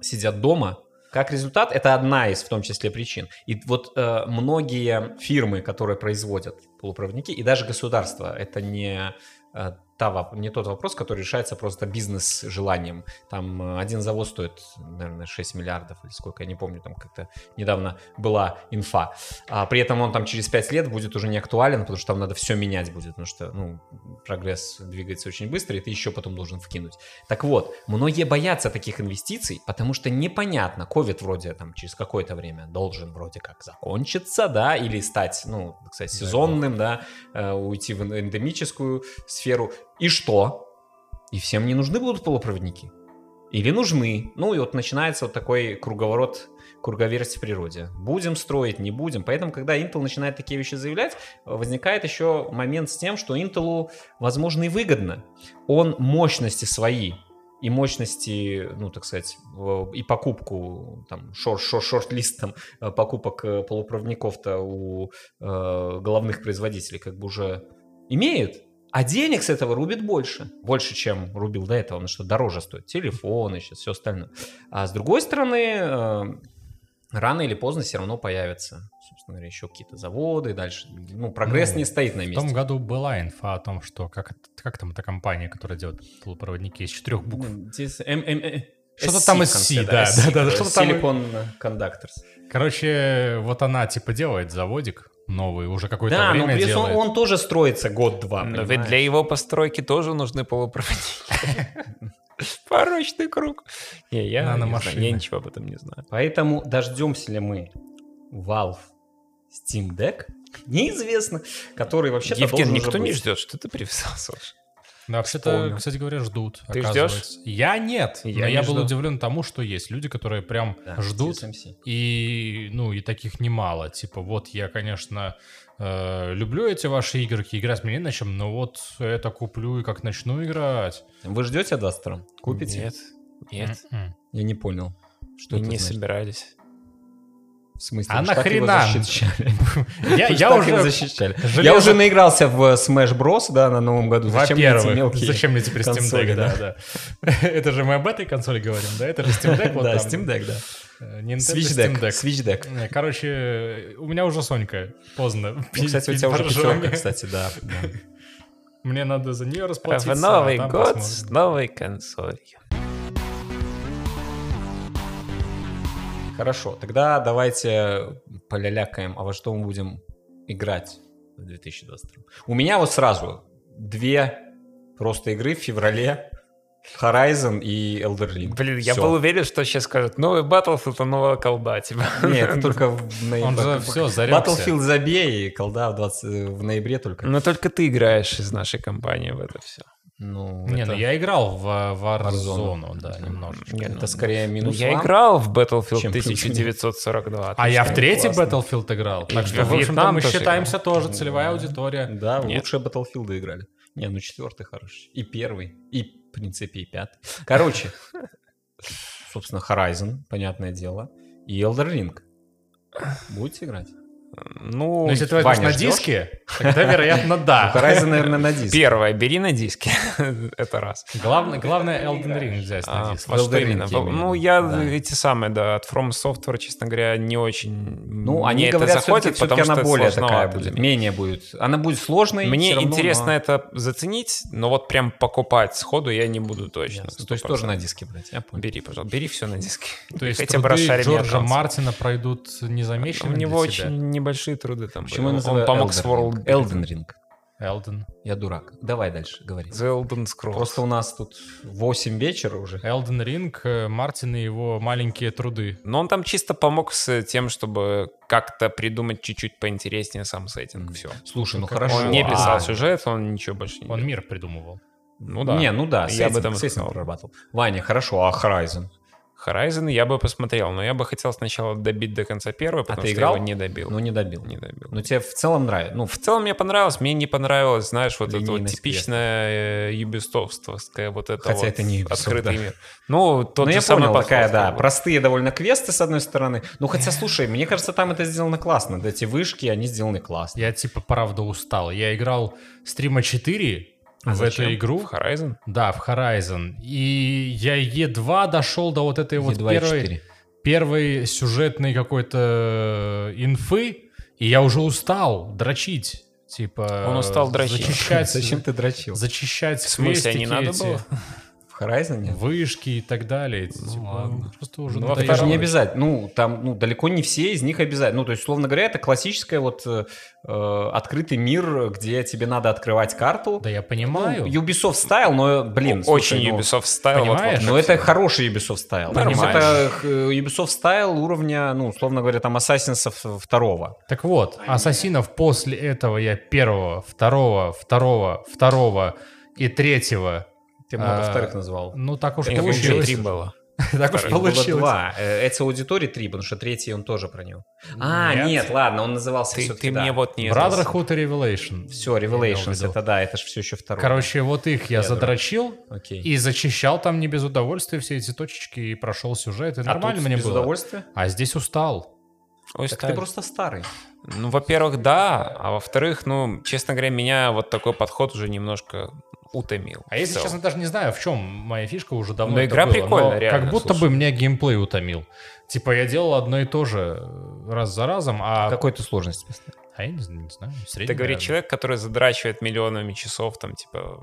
сидят дома. Как результат, это одна из в том числе причин. И вот э, многие фирмы, которые производят полупроводники, и даже государство, это не, э, та, воп- не тот вопрос, который решается просто бизнес-желанием. Там э, один завод стоит, наверное, 6 миллиардов или сколько, я не помню, там как-то недавно была инфа. А при этом он там через 5 лет будет уже не актуален, потому что там надо все менять будет, потому что ну, прогресс двигается очень быстро, и ты еще потом должен вкинуть. Так вот, многие боятся таких инвестиций, потому что непонятно, ковид вроде там через какое-то время должен вроде как закончиться, да, или стать, ну, так сказать, сезонным, да, э, уйти в эн- эндемическую сферу. И что? И всем не нужны будут полупроводники? Или нужны? Ну и вот начинается вот такой круговорот, круговерть в природе. Будем строить, не будем. Поэтому, когда Intel начинает такие вещи заявлять, э, возникает еще момент с тем, что Intel, возможно, и выгодно. Он мощности свои и мощности, ну, так сказать, в- и покупку, там, шорт, шорт, шорт-лист, там, э, покупок э, полупроводников-то у э, головных производителей как бы уже имеет, а денег с этого рубит больше. Больше, чем рубил до этого, потому что дороже стоит. Телефоны, сейчас все остальное. А с другой стороны, э, рано или поздно все равно появятся, собственно говоря, еще какие-то заводы, дальше. Ну, прогресс Ну, не стоит на В месте. том году была инфа о том, что как, это- как там эта компания, которая делает полупроводники из четырех букв. Ну, здесь М- М- Э, Что-то SC там в SC, конце, да, SC, да, да, да, э, что-то там- Silicon Conductors. Короче, вот она типа делает заводик новый, уже какое-то Да, но ну, время плюс он, делает. он тоже строится год-два, Но ведь А, понимаешь? Ну, для его постройки тоже нужны полупроводники. Порочный круг. Не, я, не Наномашины. знаю, я ничего об этом не знаю. Поэтому дождемся ли мы Valve Steam Deck? Неизвестно, который вообще-то Евген, должен никто уже не быть. ждет, что ты привязался. уж? Да, вообще-то, Вспомнил. кстати говоря, ждут. Ты оказывается. Я нет, Я но не я был жду. удивлен тому, что есть люди, которые прям Да, ждут TSMC. И, ну, и таких немало. Типа, вот я, конечно, э, люблю эти ваши игры, играть мне не на чем, но вот это куплю и как начну играть. Вы ждете Дастера? Купите? Нет. Нет. М-м. Я не понял. Что Мы это не значит? собирались. В смысле? А Вы ж так его нахрена? защищали? Я, Вы ж я так его уже, защищали. Я Железо- уже наигрался в Smash Bros, да, на новом году. Зачем мне эти во-первых, мелкие? зачем мне теперь Steam консоли, Deck, да, да. Это же мы об этой консоли говорим, да? Это же Steam Deck, вот Да, там. Steam Deck, да. Э, Nintendo Switch Steam Deck. Deck. Switch Deck. Э, Короче, у меня уже Сонька, поздно. Ну, кстати, у тебя уже Переборжем. пятерка, кстати, да. да. Мне надо за нее А расплатиться. В Новый а там год посмотрим. с новой консолью. Хорошо, тогда давайте полялякаем, а во что мы будем играть в 2022? У меня вот сразу две просто игры в феврале. Horizon и Elder Ring. Блин, я Всё. был ууверен, что сейчас скажут, новый Battlefield, а новая колда, типа. Нет, это только в Он ноябре. же все, зарядился. Battlefield забей, и колда в, 20 в ноябре только. Но только ты играешь из нашей компании в это все. Ну, Не, это, ну я играл в э, Warzone, Warzone. да, немножечко. Не, это ну, скорее Ну, минус я вам. играл в Battlefield Чем плюс? 1942. А я в отлично. третий классно. Battlefield играл. И Так что, в Вьетнам общем-то, мы тоже считаемся тоже целевая Да. аудитория. Да, Нет. лучшие Battlefield играли. Не, ну четвертый хороший. И первый, и, в принципе, и пятый. Короче, собственно, Horizon, понятное дело, и Elder Ring. Будете играть? Ну, Но если ты Ваня возьмешь на ждёшь? диске, тогда, вероятно, Ну, да. Horizon, наверное, на диске. первое, бери на диске. это раз. Главное, главное Elden Ring взять на А, диск. во что Elden именно? Ring, Во- я имею в Ну, виду. я Да. эти самые, да, от From Software, честно говоря, не очень Ну, мне они это говорят, заходит, все-таки, потому что она это более такая сложновато для будет. меня. Менее будет. Она будет сложной. Мне всё равно, интересно но- это заценить, но вот прям покупать сходу я не буду точно. Ясно. То есть тоже на диске брать. Я 100%. понял. Бери, пожалуйста, бери все на диске. То есть Хотя бы расшарь труды мне Джорджа танцы. Мартина пройдут У незамеченными него для тебя. очень небольшие труды там Почему я были. называю Он помог Elden с Ring? World Elden Ring. Elden. Я дурак. Давай дальше, говори. The Elden Scrolls. Просто у нас тут 8 вечера уже. Elden Ring, э, Мартин и его маленькие труды. Но он там чисто помог с тем, чтобы как-то придумать чуть-чуть поинтереснее сам сеттинг. Мгм. Все. Слушай, ну Он хорошо. Он не а, писал сюжет, он ничего больше не Он делал. мир придумывал. Ну да. Не, ну да, Я я об этом и сказал. прорабатывал. Ваня, хорошо, а Horizon? Horizon я бы посмотрел, но я бы хотел сначала добить до конца первый, потому А ты что играл? я его не добил. Ну, не добил. Не добил. Ну, тебе в целом нравится. Ну, в- В целом мне понравилось, мне не понравилось, знаешь, вот это вот Линейность типичное юбистовствовское вот это Хотя вот это не Ubisoft, открытый да. мир. Ну, тот ну, же я самый понял, такая, Bloodborne, да, как бы. простые довольно квесты, с одной стороны. Ну, хотя, слушай, мне кажется, там это сделано классно. Вот Эти вышки, они сделаны классно. Я типа правда устал. Я играл стрима 4 А в зачем? эту игру. В Horizon? Да, в Horizon. И я едва дошел до вот этой вот Е2 и первой, 4. первой сюжетной какой-то э, инфы, и я уже устал дрочить. Типа... Он устал дрочить. Зачищать, Зачем ты дрочил? зачищать В смысле, а не квестики надо эти, было? В Horizon нет? вышки и так далее. Ну Типа, ладно. Просто уже Ну, а надоело. Это же не Второй. обязательно. Ну, там, ну, далеко не все из них обязательно. Ну, то есть, условно говоря, это классическая вот э, э, открытый мир, где тебе надо открывать карту. Да я Ну, понимаю. Ubisoft стайл, но, блин, слушай, Очень ну, Ubisoft стайл. вот- понимаешь? Но Ну, это хороший Ubisoft стайл. Нормально. Потому что Это х, Ubisoft стайл уровня, ну, условно говоря, там Assassin's второго. Так вот, ассасинов после этого я первого, второго, второго, второго и третьего. Ты много А, вторых назвал. Ну так уж вот. Их уже получилось. три было. Так уж Вторых Было получилось. два. Э, Эти аудитории три, потому что третий он тоже про него. А, Нет. нет, ладно, он назывался Ты, все-таки, ты мне вот не... Brotherhood и Revelation. Все, Я имел в Revelations, виду. это да, это же все еще второй. Короче, вот их я, Я задрочил Окей. и зачищал там не без удовольствия все эти точечки и прошел сюжет, и А нормально тут мне без было. удовольствия? А здесь устал. Ой, Так сталь. ты просто старый. Ну, во-первых, да, а во-вторых, ну, честно говоря, меня вот такой подход уже немножко утомил. А если В целом. честно, даже не знаю, в чем моя фишка уже давно. Но это игра было, прикольная, но реально, Как будто слушай. бы меня геймплей утомил. Типа я делал одно и то же э, раз за разом, а... Какой-то сложности. А я не, знаю, не знаю, средний, Это говорит наверное. человек, который задрачивает миллионами часов, там, типа,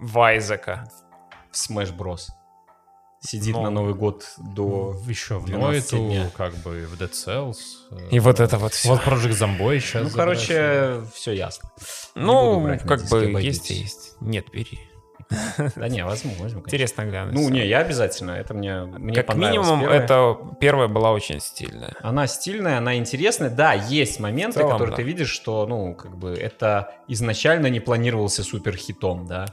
Вайзака. В Smash Bros. Сидит Но- на Новый год до... В- Еще в 12 Нойду, дня. как бы в Dead Cells. э, И вот это вот все. Вот Project Zomboid сейчас. Ну, короче, все ясно. Не буду ну, брать, как надеюсь, бы, обойдетесь. есть и есть. Нет, бери. Да не, возьму, возьму, конечно. Интересно глянуть. Ну, не, я обязательно. Это мне, мне Как понравилось минимум, первое. это первая была очень стильная. Она стильная, она интересная. Да, есть моменты, В целом, которые да. ты видишь, что, ну, как бы, это изначально не планировался супер хитом, да.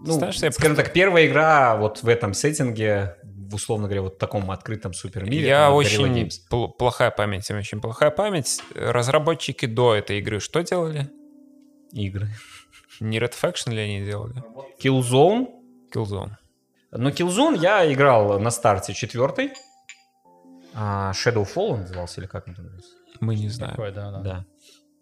Ну, Знаешь, я скажем так, первая игра вот в этом сеттинге, в, условно говоря, вот таком открытом супер мире. Я там, от Guerrilla очень Games. пл- плохая память, у меня очень плохая память. Разработчики до этой игры что делали? Игры. Не Red Faction ли они делали? Killzone. Killzone. Но Killzone я играл на старте четвертый. А, Shadowfall он назывался или как он там назывался? Мы не знаем. да, да. Да.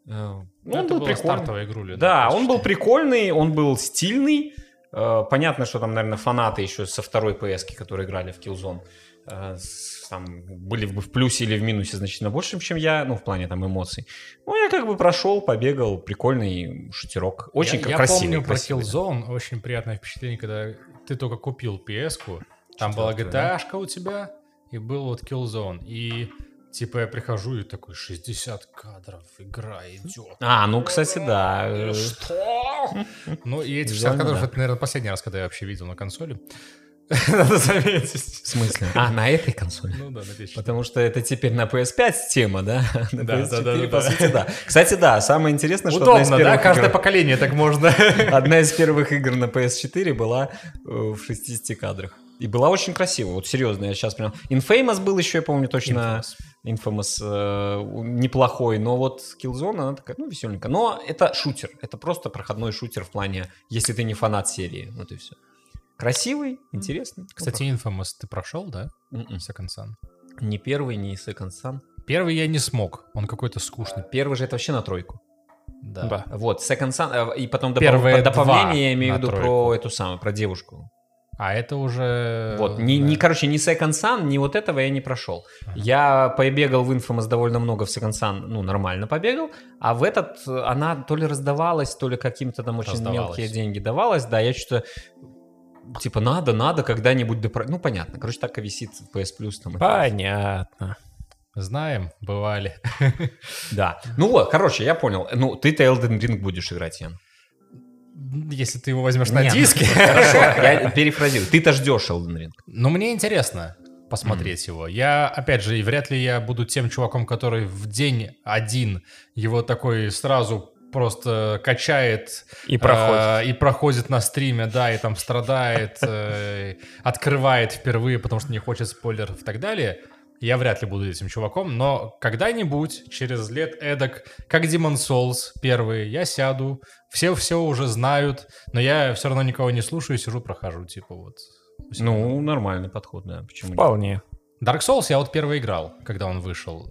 Э, Ну, он это был была прикольный. стартовая игруля. Да, он был почти. прикольный, он был стильный. Э, Понятно, что там, наверное, фанаты еще со второй PS, которые играли в Killzone, э, с- там были бы в плюсе или в минусе значительно большим, чем я, ну, в плане там эмоций. Ну, я как бы прошел, побегал, прикольный шутерок. Очень я, к- я красивый. помню про красивый. Killzone, очень приятное впечатление, когда ты только купил PS-ку, там была GTA Четвёртую, да? -шка у тебя, и был вот Killzone, и типа я прихожу и такой 60 кадров, игра идет. А, ну, кстати, да. э, Что? Ну и эти 60 Визуально, кадров, да. это, наверное, последний раз, когда я вообще видел на консоли. Надо заметить. В смысле? А, на этой консоли? Ну да, на PS4. Потому что это теперь на PS5 тема, да? На Да, да, PS4, да, да, по да. сути, да. Кстати, да, самое интересное, что одна из Удобно, да? первых Каждое игр- поколение так можно. Одна из первых игр на PS4 была э, в 60 кадрах. И была очень красивая, вот серьезно, я сейчас прям... Infamous был еще, я помню точно, Infamous, э, у- неплохой, но вот Killzone, она такая, ну, веселенькая. Но это шутер, это просто проходной шутер в плане, если ты не фанат серии, вот и все. Красивый, интересный. Кстати, Infamous ты прошел, да? М-м. Second Son. не первый, не Second Son. Первый я не смог, он какой-то скучный. Первый же это вообще на тройку. Да. Вот, Second Son, э, и потом Первые допол- дополнение, два я имею в на виду, тройку. про эту самую, про девушку. А это уже... Вот, ни, Э, да. ни, короче, ни Second Sun, ни вот этого я не прошел. Ага. Я побегал в Infamous довольно много в Second Sun, ну, нормально побегал, а в этот э, она то ли раздавалась, то ли каким-то там очень Раздавалась. мелкие деньги давалась, да, я что-то типа надо, надо когда-нибудь допро... Ну, понятно, короче, так и висит PS Plus там. Понятно. Знаем, бывали. Да. Ну вот, короче, я понял. Ну, ты-то Elden Ring будешь играть, Ян. Если ты его возьмешь на Не, ну, диске. Хорошо, я перефразирую. Ты-то ждешь Elden Ring. Но мне интересно посмотреть его. Я, опять же, и вряд ли я буду тем чуваком, который в день один его такой сразу просто качает И проходит. э, и проходит на стриме, да, и там страдает, э, открывает впервые, потому что не хочет спойлеров и так далее. Я вряд ли буду этим чуваком, но когда-нибудь, через лет эдак, как Demon Souls первые, я сяду, все все уже знают, но я все равно никого не слушаю, сижу, прохожу, типа вот. Ну, нормальный подход, да. Почему нет? Вполне. Dark Souls я вот первый играл, когда он вышел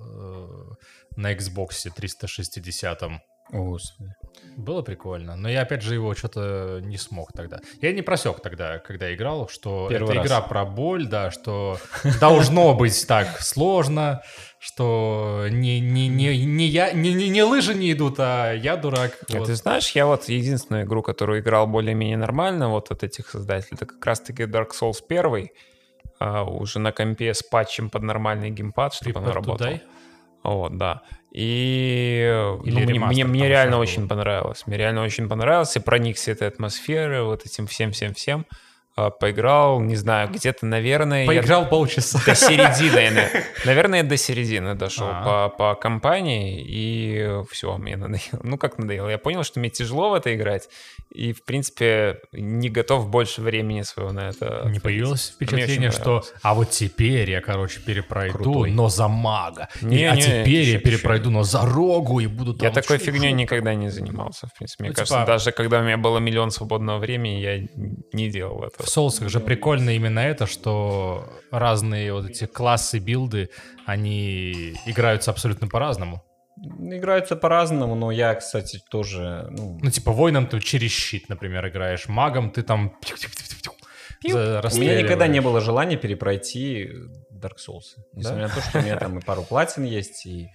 э, на Xbox 360. О, Господи. Было прикольно, но я опять же его что-то не смог тогда. Я не просек тогда, когда играл, что Первый это раз. игра про боль, да, что должно быть так сложно, что не, не, не, не, я, не, не, не лыжи не идут, а я дурак. А Вот. ты знаешь, я вот единственную игру, которую играл более-менее нормально вот от этих создателей, это как раз-таки Dark Souls 1, а, уже на компе с патчем под нормальный геймпад, чтобы она Paper to работала. Die? Вот, да. И э, Или ну, мне, ремастер мне, там мне еще реально был. очень понравилось. Мне реально очень понравилось. Я проникся этой атмосферой, вот этим всем-всем-всем. А, Поиграл, не знаю, где-то, наверное... я Поиграл полчаса. До середины. на- Наверное, до середины дошел А. по, по компании, и все, мне надоело. Ну, как надоело? Я понял, что мне тяжело в это играть, и, в принципе, не готов больше времени своего на это. Не отводить. появилось Мне очень впечатление, что понравилось. а вот теперь я, короче, перепройду, Крутой. но за мага. И- Не, а не, теперь я чё- чё- перепройду, но за рогу и буду там... Я такой чу- фигней никогда не занимался, в принципе. Мне Ну, кажется, типа- даже когда у меня было миллион свободного времени, я не делал этого. В соусах же прикольно именно это, что разные вот эти классы, билды, они играются абсолютно по-разному. Играются по-разному, но я, кстати, тоже... Ну, Ну, типа, воином ты через щит, например, играешь, магом ты там... пью-пью-пью-пью-пью, Пью. за- у меня никогда расстреливаешь. не было желания перепройти Dark Souls. Несмотря на то, что у меня там и пару платин есть, и...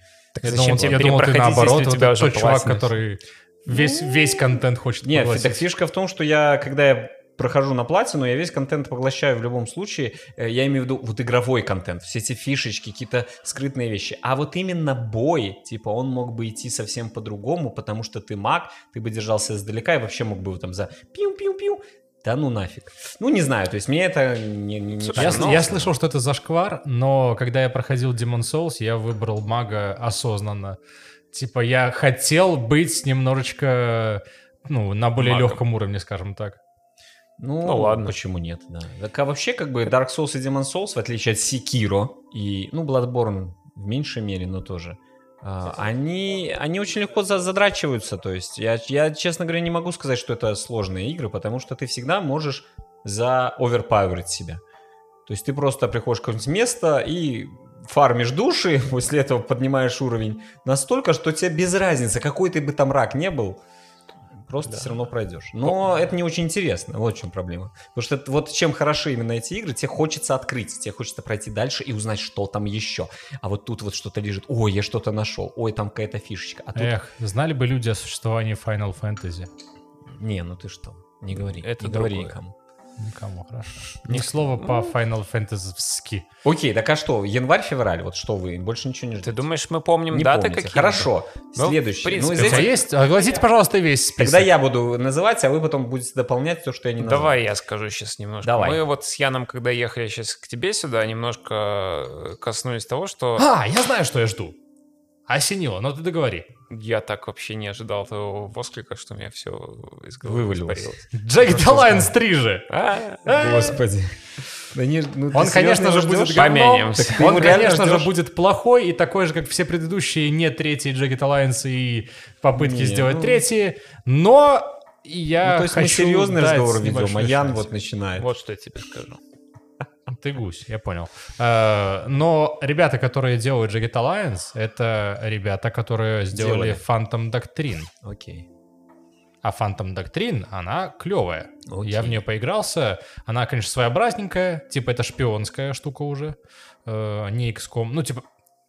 Я зачем думал, тебе я думал, ты перепроходить, если наоборот, у вот тебя тот уже чувак, классный? который весь, весь контент хочет Нет, поглотить. так фишка в том, что я, когда я прохожу на платину, я весь контент поглощаю в любом случае. Э, Я имею в виду вот игровой контент, все эти фишечки, какие-то скрытные вещи. А вот именно бой, типа, он мог бы идти совсем по-другому, потому что ты маг, ты бы держался издалека и вообще мог бы вот там за пиу-пиу-пиу. Да ну нафиг. Ну, не знаю, то есть мне это не, не- не Слушай, так Я, с- нравится. я слышал, что это зашквар, но когда я проходил Demon Souls, я выбрал мага осознанно. Типа я хотел быть немножечко, ну, на более Магом. легком уровне, скажем так. Ну, Ну, ладно. Почему нет, да. Так а вообще, как бы, Dark Souls и Demon Souls, в отличие от Sekiro и, ну, Bloodborne в меньшей мере, но тоже, а, они, они очень легко за- задрачиваются, то есть я, я, честно говоря, не могу сказать, что это сложные игры, потому что ты всегда можешь за оверпауэрить себя. То есть ты просто приходишь в какое-нибудь место и фармишь души, после этого поднимаешь уровень настолько, что тебе без разницы, какой ты бы там рак не был, просто Да. все равно пройдешь. Но это не очень интересно, вот в чем проблема. Потому что это- вот чем хороши именно эти игры, тебе хочется открыть, тебе хочется пройти дальше и узнать, что там еще. А вот тут вот что-то лежит, ой, я что-то нашел, ой, там какая-то фишечка. А тут, Эх, знали бы люди о существовании Final Fantasy. не, ну ты что, не говори, Это не говори другое. никому. Никому, хорошо. Ну, Ни слова по Final Fantasy. Окей, так а что, январь-февраль, вот что вы, больше ничего не ждете? Ты думаешь, мы помним не даты помните. какие Хорошо, Ну, в следующий. принципе, ну, из Ты У тебя этих- есть? Огласите, пожалуйста, весь список. Тогда я буду называть, а вы потом будете дополнять то, что я не назвал. Давай я скажу сейчас немножко. Ну, Давай. Мы вот с Яном, когда ехали сейчас к тебе сюда, немножко э, коснулись того, что А, я знаю, что я жду. Осенило, но ты договори. я так вообще не ожидал твоего восклика, что у меня все из головы Вывалилось. испарилось. Джек Далайнс 3 же. А, Господи. Да не, ну, ты Он, серьезно конечно его же, будет ждешь? говно. говном. Помянимся. Так ты Он, его реально конечно же, ждешь? будет плохой и такой же, как все предыдущие, не третий Джекет Alliance и попытки Не, сделать ну- третий. Но я Ну, то есть мы хочу серьезный дать разговор ведем, а небольшую Ян шанс. вот начинает. вот что я тебе скажу. Ты гусь, я понял. Э, Но ребята, которые делают Джекет Alliance, это ребята, которые сделали Делали. Phantom Doctrine. Окей. А Phantom Doctrine, она клевая. Окей. Я в нее поигрался. Она, конечно, своеобразненькая. Типа это шпионская штука уже. Э, не XCOM. Ну, типа,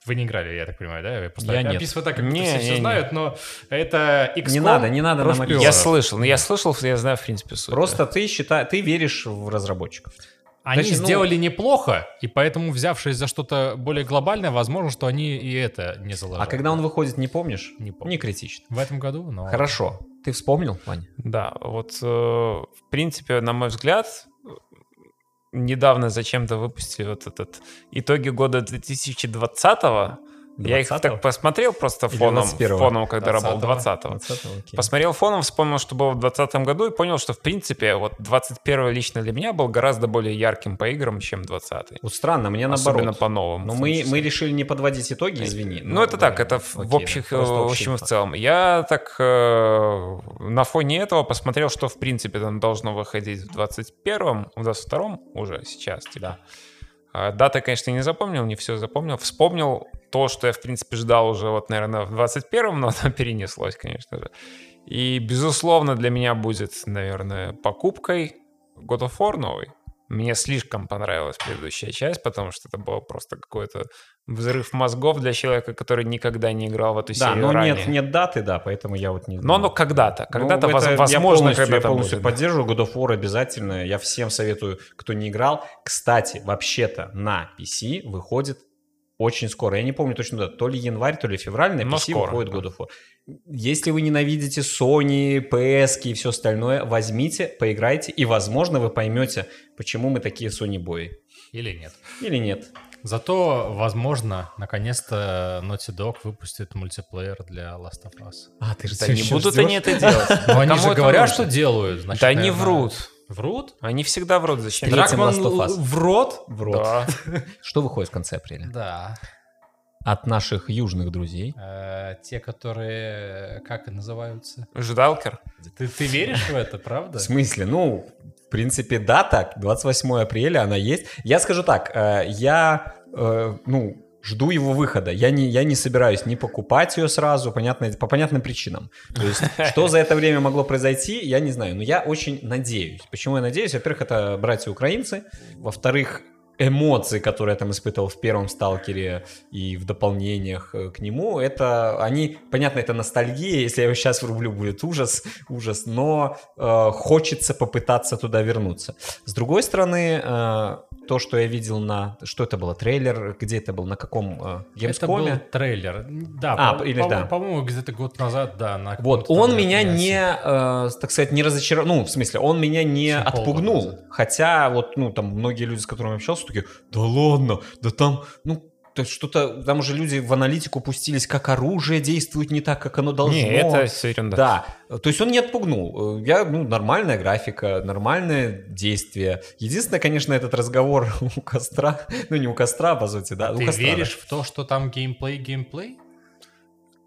вы не играли, я так понимаю, да? Я просто Я нет. описываю так, как будто Не, все, не, все не. знают, но это XCOM. Не надо, не надо про нам шпионов. объяснять. Я слышал, но я слышал, я знаю, в принципе, суть. Просто ты считай, ты веришь в разработчиков. Они Точнее, ну- сделали неплохо, и поэтому, взявшись за что-то более глобальное, возможно, что они и это не заложили. А когда он выходит, не помнишь? Не помню. критично. В этом году, но... Хорошо. Ты вспомнил, Ваня? Да, вот э, в принципе, на мой взгляд, э, недавно зачем-то выпустили вот этот итоги года 2020-го. Я их 20-го? так посмотрел просто Или фоном, 21-го? фоном когда работал 20-го. 20-го. 20-го, окей. Посмотрел фоном, вспомнил, что было в 2020 году и понял, что в принципе вот 21 лично для меня был гораздо более ярким по играм, чем 20 Вот странно, мне Особенно наоборот. по новым. Но в том мы, числе. мы решили не подводить итоги, извини. Ну, но это да, так, это в, в окей, да, общих, э, просто в общий общем и в факт. целом. Я так э, на фоне этого посмотрел, что в принципе там должно выходить в 21-м, в 22-м уже сейчас. Типа. А, Даты, конечно, не запомнил, не все запомнил. Вспомнил то, что я, в принципе, ждал уже, вот, наверное, в 21-м, но оно перенеслось, конечно же. И, безусловно, для меня будет, наверное, покупкой God of War новый. Мне слишком понравилась предыдущая часть, потому что это было просто какой-то взрыв мозгов для человека, который никогда не играл в эту Да, серию но ранее. нет, нет даты, да, поэтому я вот не Но знаю. оно когда-то. Ну, Когда-то, это воз- я возможно, полностью, когда-то Я полностью будет, да. поддерживаю God of War обязательно. Я всем советую, кто не играл. Кстати, вообще-то на PC выходит очень скоро. Я не помню точно дату. То ли январь, то ли февраль на Но PC скоро, выходит да. God of War. Если вы ненавидите Sony, PS и все остальное, возьмите, поиграйте, и, возможно, вы поймете, почему мы такие Sony бои. Или нет. Или нет. Зато, возможно, наконец-то Naughty Dog выпустит мультиплеер для Last of Us. А, ты же Да не будут они это делать. Но Ну, они Кому же это говорят, нужно? что делают. значит, Да они наверное, врут. Врут? Они всегда врут. Зачем? Третьим Дракман- Last of Us. в рот? в рот. Да. Что выходит в конце апреля? Да. От наших южных друзей. Э, Те, которые, э, как и называются? Ждалкер. Ты, ты веришь в это, правда? В смысле? Ну, в принципе, дата 28 апреля, она есть. Я скажу так, э, я, э, ну, жду его выхода. Я не, я не собираюсь не покупать ее сразу, понятно, по понятным причинам. То есть, что за это время могло произойти, я не знаю. Но я очень надеюсь. Почему я надеюсь? Во-первых, это братья-украинцы. Во-вторых, эмоции, которые я там испытывал в первом «Сталкере» и в дополнениях э, к нему, это они, понятно, это ностальгия, если я его сейчас врублю, будет ужас, ужас, но э, хочется попытаться туда вернуться. С другой стороны, э, то, что я видел на... Что это было? Трейлер? Где это был? На каком? э, Это Gamescom-е? был трейлер. Да, А, по- или по- да. по-моему, где-то год назад, да. на Вот, каком-то он там меня мероприятии. не, э, так сказать, не разочаровал, ну, в смысле, он меня не Чем полгода отпугнул, назад. хотя вот, ну, там многие люди, с которыми я общался, такие, да ладно, да там, ну, то есть что-то, там уже люди в аналитику пустились, как оружие действует не так, как оно должно. Не, это все ерунда. Да, то есть он не отпугнул. Э, Я, ну, нормальная графика, нормальное действие. Единственное, конечно, этот разговор у костра, ну, не у костра, по сути, да, у А Ты костра. да. веришь в то, что там геймплей, геймплей?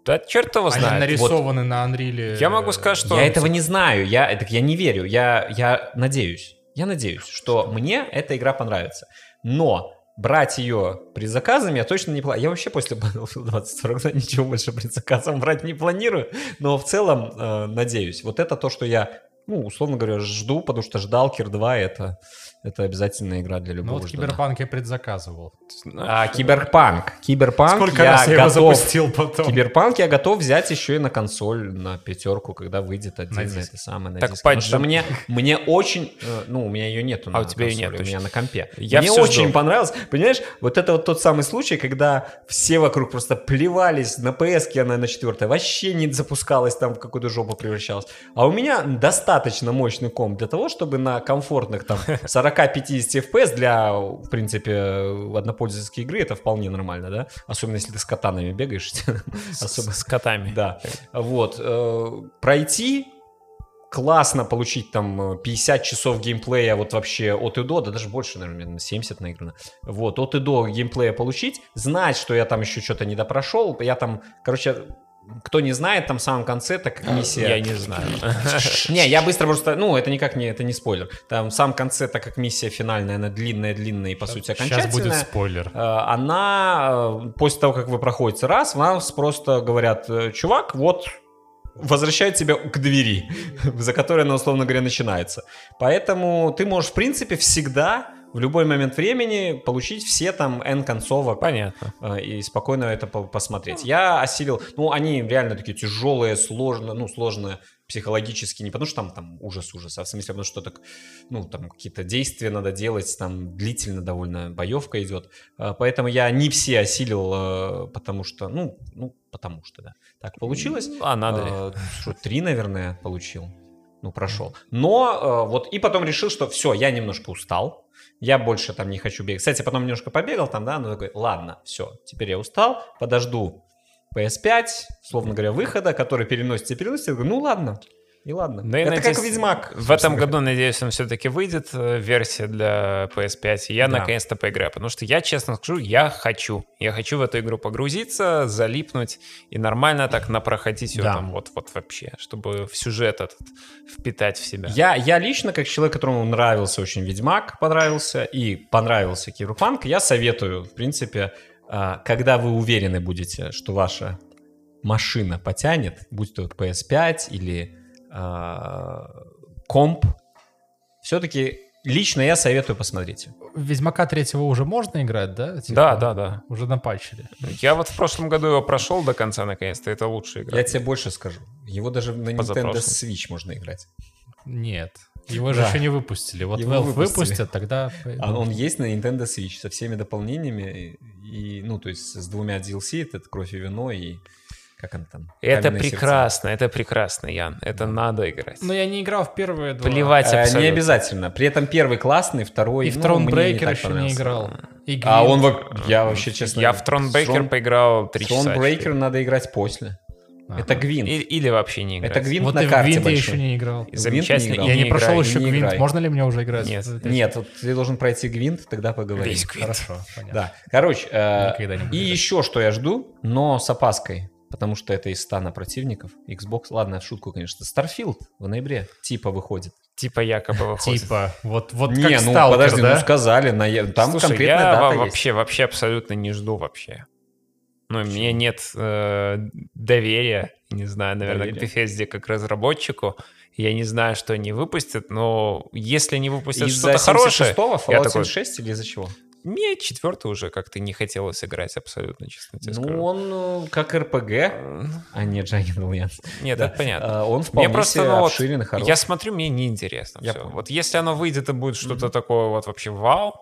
Да черт его Они знает. Вот. нарисованы на Unreal. Я могу сказать, что... Я этого не знаю, я, э, так я не верю, я, я надеюсь, я надеюсь, что мне эта игра понравится. Но брать ее при заказами я точно не планирую. Я вообще после Battlefield 2042 ничего больше при заказом брать не планирую, но в целом э, надеюсь. Вот это то, что я, ну, условно говоря, жду, потому что Ждалкер 2 это, это обязательная игра для Ну любого вот ждуна. Киберпанк я предзаказывал. А, Киберпанк. а Киберпанк Сколько я раз я его готов- запустил потом? Киберпанк я готов взять еще и на консоль, на пятерку, когда выйдет На отдельно диск. это самое. На Так диск. Потому патч что же- мне, мне очень... э, Ну, у меня ее нету А на у тебя её нет, консоли, у меня точно. на компе. Я мне всё очень ждал. понравилось. Понимаешь, вот это вот тот самый случай, когда все вокруг просто плевались на PS, она на четвертой вообще не запускалась, там в какую-то жопу превращалась. А у меня достаточно мощный комп для того, чтобы на комфортных там 40-50 FPS для, в принципе, однопользовательской игры это вполне нормально, да? Особенно если ты с катанами бегаешь. С- Особо С котами. да, вот. э, Пройти классно получить там э, 50 часов геймплея вот вообще от и до, да даже больше, наверное, 70 наиграно. Вот, от и до геймплея получить, знать, что я там еще что-то не допрошел, я там, короче, кто не знает, там в самом конце, так как миссия... А, Я не знаю. Не, я быстро просто, ну, это никак не, это не спойлер. Там в самом конце, так как миссия финальная, она длинная-длинная и, по сути, окончательная. Сейчас будет спойлер. Э, она э, после того, как вы проходите раз, вам с- просто говорят, э, чувак, вот возвращает тебя к двери, за которой она, условно говоря, начинается. Поэтому ты можешь, в принципе, всегда в любой момент времени получить все там N концовок Понятно. э, и спокойно это по- посмотреть. Я осилил, ну, они реально такие тяжелые, сложные, ну, сложные психологически, не потому что там, там ужас ужас, а в смысле, потому что так, ну, там какие-то действия надо делать, там длительно довольно боевка идет. Э, Поэтому я не все осилил, э, потому что, ну, ну, потому что, да, так получилось. А надо ли? Э, что, Три, наверное, получил. Ну, прошел. Но э, вот и потом решил, что все, я немножко устал. Я больше там не хочу бегать. Кстати, потом немножко побегал там, да, но такой, ладно, все, теперь я устал, подожду PS5, условно говоря, выхода, который переносится и переносится. Я говорю, ну ладно, и ладно. Да Ну и Это надеюсь, как Ведьмак. В этом собственно году, надеюсь, он все-таки выйдет, э, версия для PS5, и я Да. наконец-то поиграю, потому что я, честно скажу, я хочу. Я хочу в эту игру погрузиться, залипнуть и нормально так напроходить ее Да. там вот-вот вообще, чтобы в сюжет этот впитать в себя. Я, я лично, как человек, которому нравился очень Ведьмак, понравился, и понравился Киберпанк, я советую, в принципе, а, когда вы уверены будете, что ваша машина потянет, будь то PS5 или а, комп, все-таки лично я советую посмотреть. Ведьмака третьего уже можно играть, да? типа? Да, да, да. Уже напатчили. Я вот в прошлом году его прошел до конца наконец-то, это лучшая игра. Я тебе больше скажу. Его даже на Nintendo Позапрошлым. Switch можно играть. Нет. Его же Да. еще не выпустили. Вот Его Valve выпустили. выпустят, тогда... А он есть на Nintendo Switch со всеми дополнениями и, и, ну, то есть с двумя DLC, это «Кровь и вино» и как он там? Это «Каменное сердце». прекрасно, это прекрасно, Ян. Это надо играть. Но я не играл в первые два. Плевать Ну, Э, абсолютно. не обязательно. При этом первый классный, второй... И в ну, Тронбрейкер мне так еще не понравился. играл. И А Грин. он... во- Я вообще, честно... Э, Я в Тронбрейкер Трон- поиграл 3 часа. Тронбрейкер надо играть после. Ага. Это Гвинт. И- Или вообще не играть. Это Гвинт Вот на и в карте Винде еще большой. не играл. не Замечательно. играл. и Я не прошел играй. еще не Гвинт. играй. Можно ли мне уже играть? Нет. Это- Нет, вот ты должен пройти Гвинт, тогда поговорим. Весь Гвинт. Хорошо, понятно. Да, короче, э, Ну, Никогда не буду и играть. еще что я жду, но с опаской. потому что это из стана противников. Xbox, ладно, в шутку, конечно. Starfield в ноябре типа выходит. Типа якобы выходит. Типа, вот, вот не, как ну сталкер, подожди, да? ну сказали, на... я- там Слушай, конкретная я дата во- есть. вообще, вообще абсолютно не жду вообще. Ну, у меня нет э, доверия, не знаю, наверное, к Доверия. Bethesda как разработчику. Я не знаю, что они выпустят, но если не выпустят Из-за что-то хорошее... 76-го Я Fallout такой, 76 или из-за чего? мне четвертый уже как-то не хотелось играть абсолютно, честно тебе Ну, скажу. он э, как РПГ, Э, а не Giant Alliance. Нет, Да. это понятно. А, Он вполне просто, себе ну, вот, обширен и хорош. Я смотрю, мне неинтересно. Я всё. понял. Вот если оно выйдет и будет что-то Мгм. такое вот вообще вау,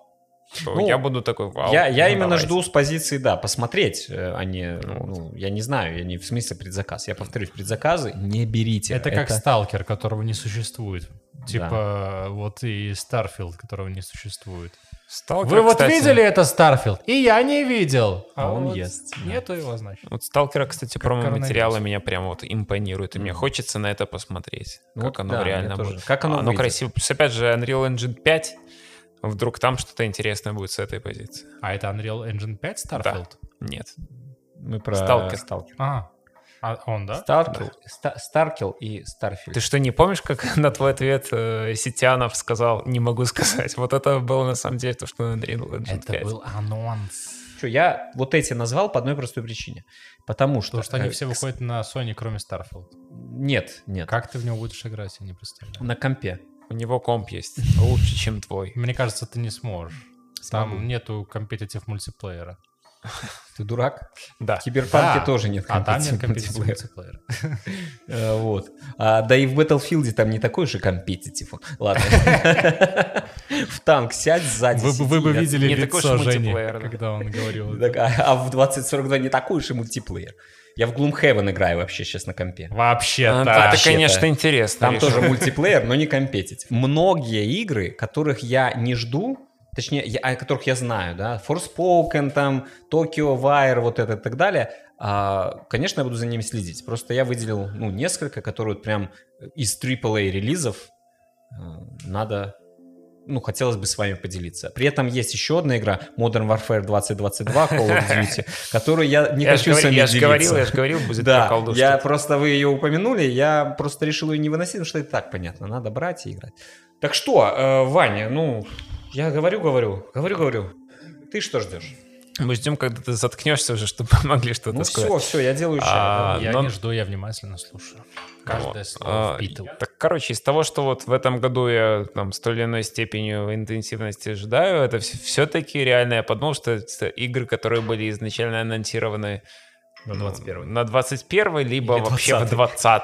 то Ну, я буду такой вау. Я, я ну, именно давайте. жду с позиции, да, посмотреть, э, а не, Ну, ну, я не знаю, я не в смысле предзаказ. Я повторюсь, предзаказы не берите. Это как сталкер, которого не существует. Типа, вот и Старфилд, которого не существует. Сталкер, Вы вот кстати, видели это Старфилд? И я не видел. А он ест, да. Нету его, значит. Вот сталкера, кстати, промо-материалы коронавирус. меня прям вот импонируют, и мне хочется на это посмотреть, Ну как вот оно да, реально мне тоже. А, ну, будет. Как оно Оно выйдет. красиво. Плюс, опять же, Unreal Engine 5, вдруг там что-то интересное будет с этой позиции. А это Unreal Engine 5 Старфилд? Нет. Мы про Сталкер. Сталкер. А, а он, да? Старкел, Ста- Старкел и Старфилд. Ты что, не помнишь, как на твой ответ э, Сетянов сказал «не могу сказать»? Вот это было на самом деле то, что на Unreal Engine 5. Это был анонс. Чё, я вот эти назвал по одной простой причине. Потому что... Потому что они э, все к- выходят на Sony, кроме Старфилд. Нет, нет. Как ты в него будешь играть, я не Ну, представляю. На компе. У него комп есть лучше, чем твой. Мне кажется, ты не сможешь. Смогу. Там нету компетитив мультиплеера. Ты дурак? Да. В Киберпанке Да. тоже нет А там нет компетитивного компетитив мультиплеера. мультиплеера. Э, Вот. А, да и в Battlefield там не такой же компетитив. Ладно. В танк сядь сзади. Вы, бы- вы бы сиди. видели не такой лицо уж Жени, мультиплеер, да. когда он говорил. это. Так, А а в 2042 не такой уж и мультиплеер. Я в Gloomhaven играю вообще сейчас на компе. Вообще-то. А, Это, вообще-то. конечно, интересно. Там Решил. тоже мультиплеер, но не компетитив. Многие игры, которых я не жду, точнее, я- о которых я знаю, да, Forspoken, там, Tokyo Wire, вот это и так далее, а, конечно, я буду за ними следить. Просто я выделил, ну, несколько, которые вот прям из AAA релизов э, надо ну, хотелось бы с вами поделиться. При этом есть еще одна игра, Modern Warfare 2022 Call of Duty, которую я не я же хочу с говорил, вами я же делиться. говорил, я же говорил, будет про Да, колдушки. я просто, вы ее упомянули, я просто решил ее не выносить, потому что и так понятно, надо брать и играть. Так что, э, Ваня, ну, я говорю, говорю, говорю, говорю. Ты что ждешь? Мы ждем, когда ты заткнешься уже, чтобы могли что-то ну сказать. все, все, я делаю чай. А, давай. Я но- не жду, я внимательно слушаю. Каждое Вот. слово А, впитываю. Так, короче, из того, что вот в этом году я там с той или иной степенью интенсивности ожидаю, это все-таки реально я подумал, что это игры, которые были изначально анонсированы ну, На 21-й. на 21 либо Или вообще в 20-й. 20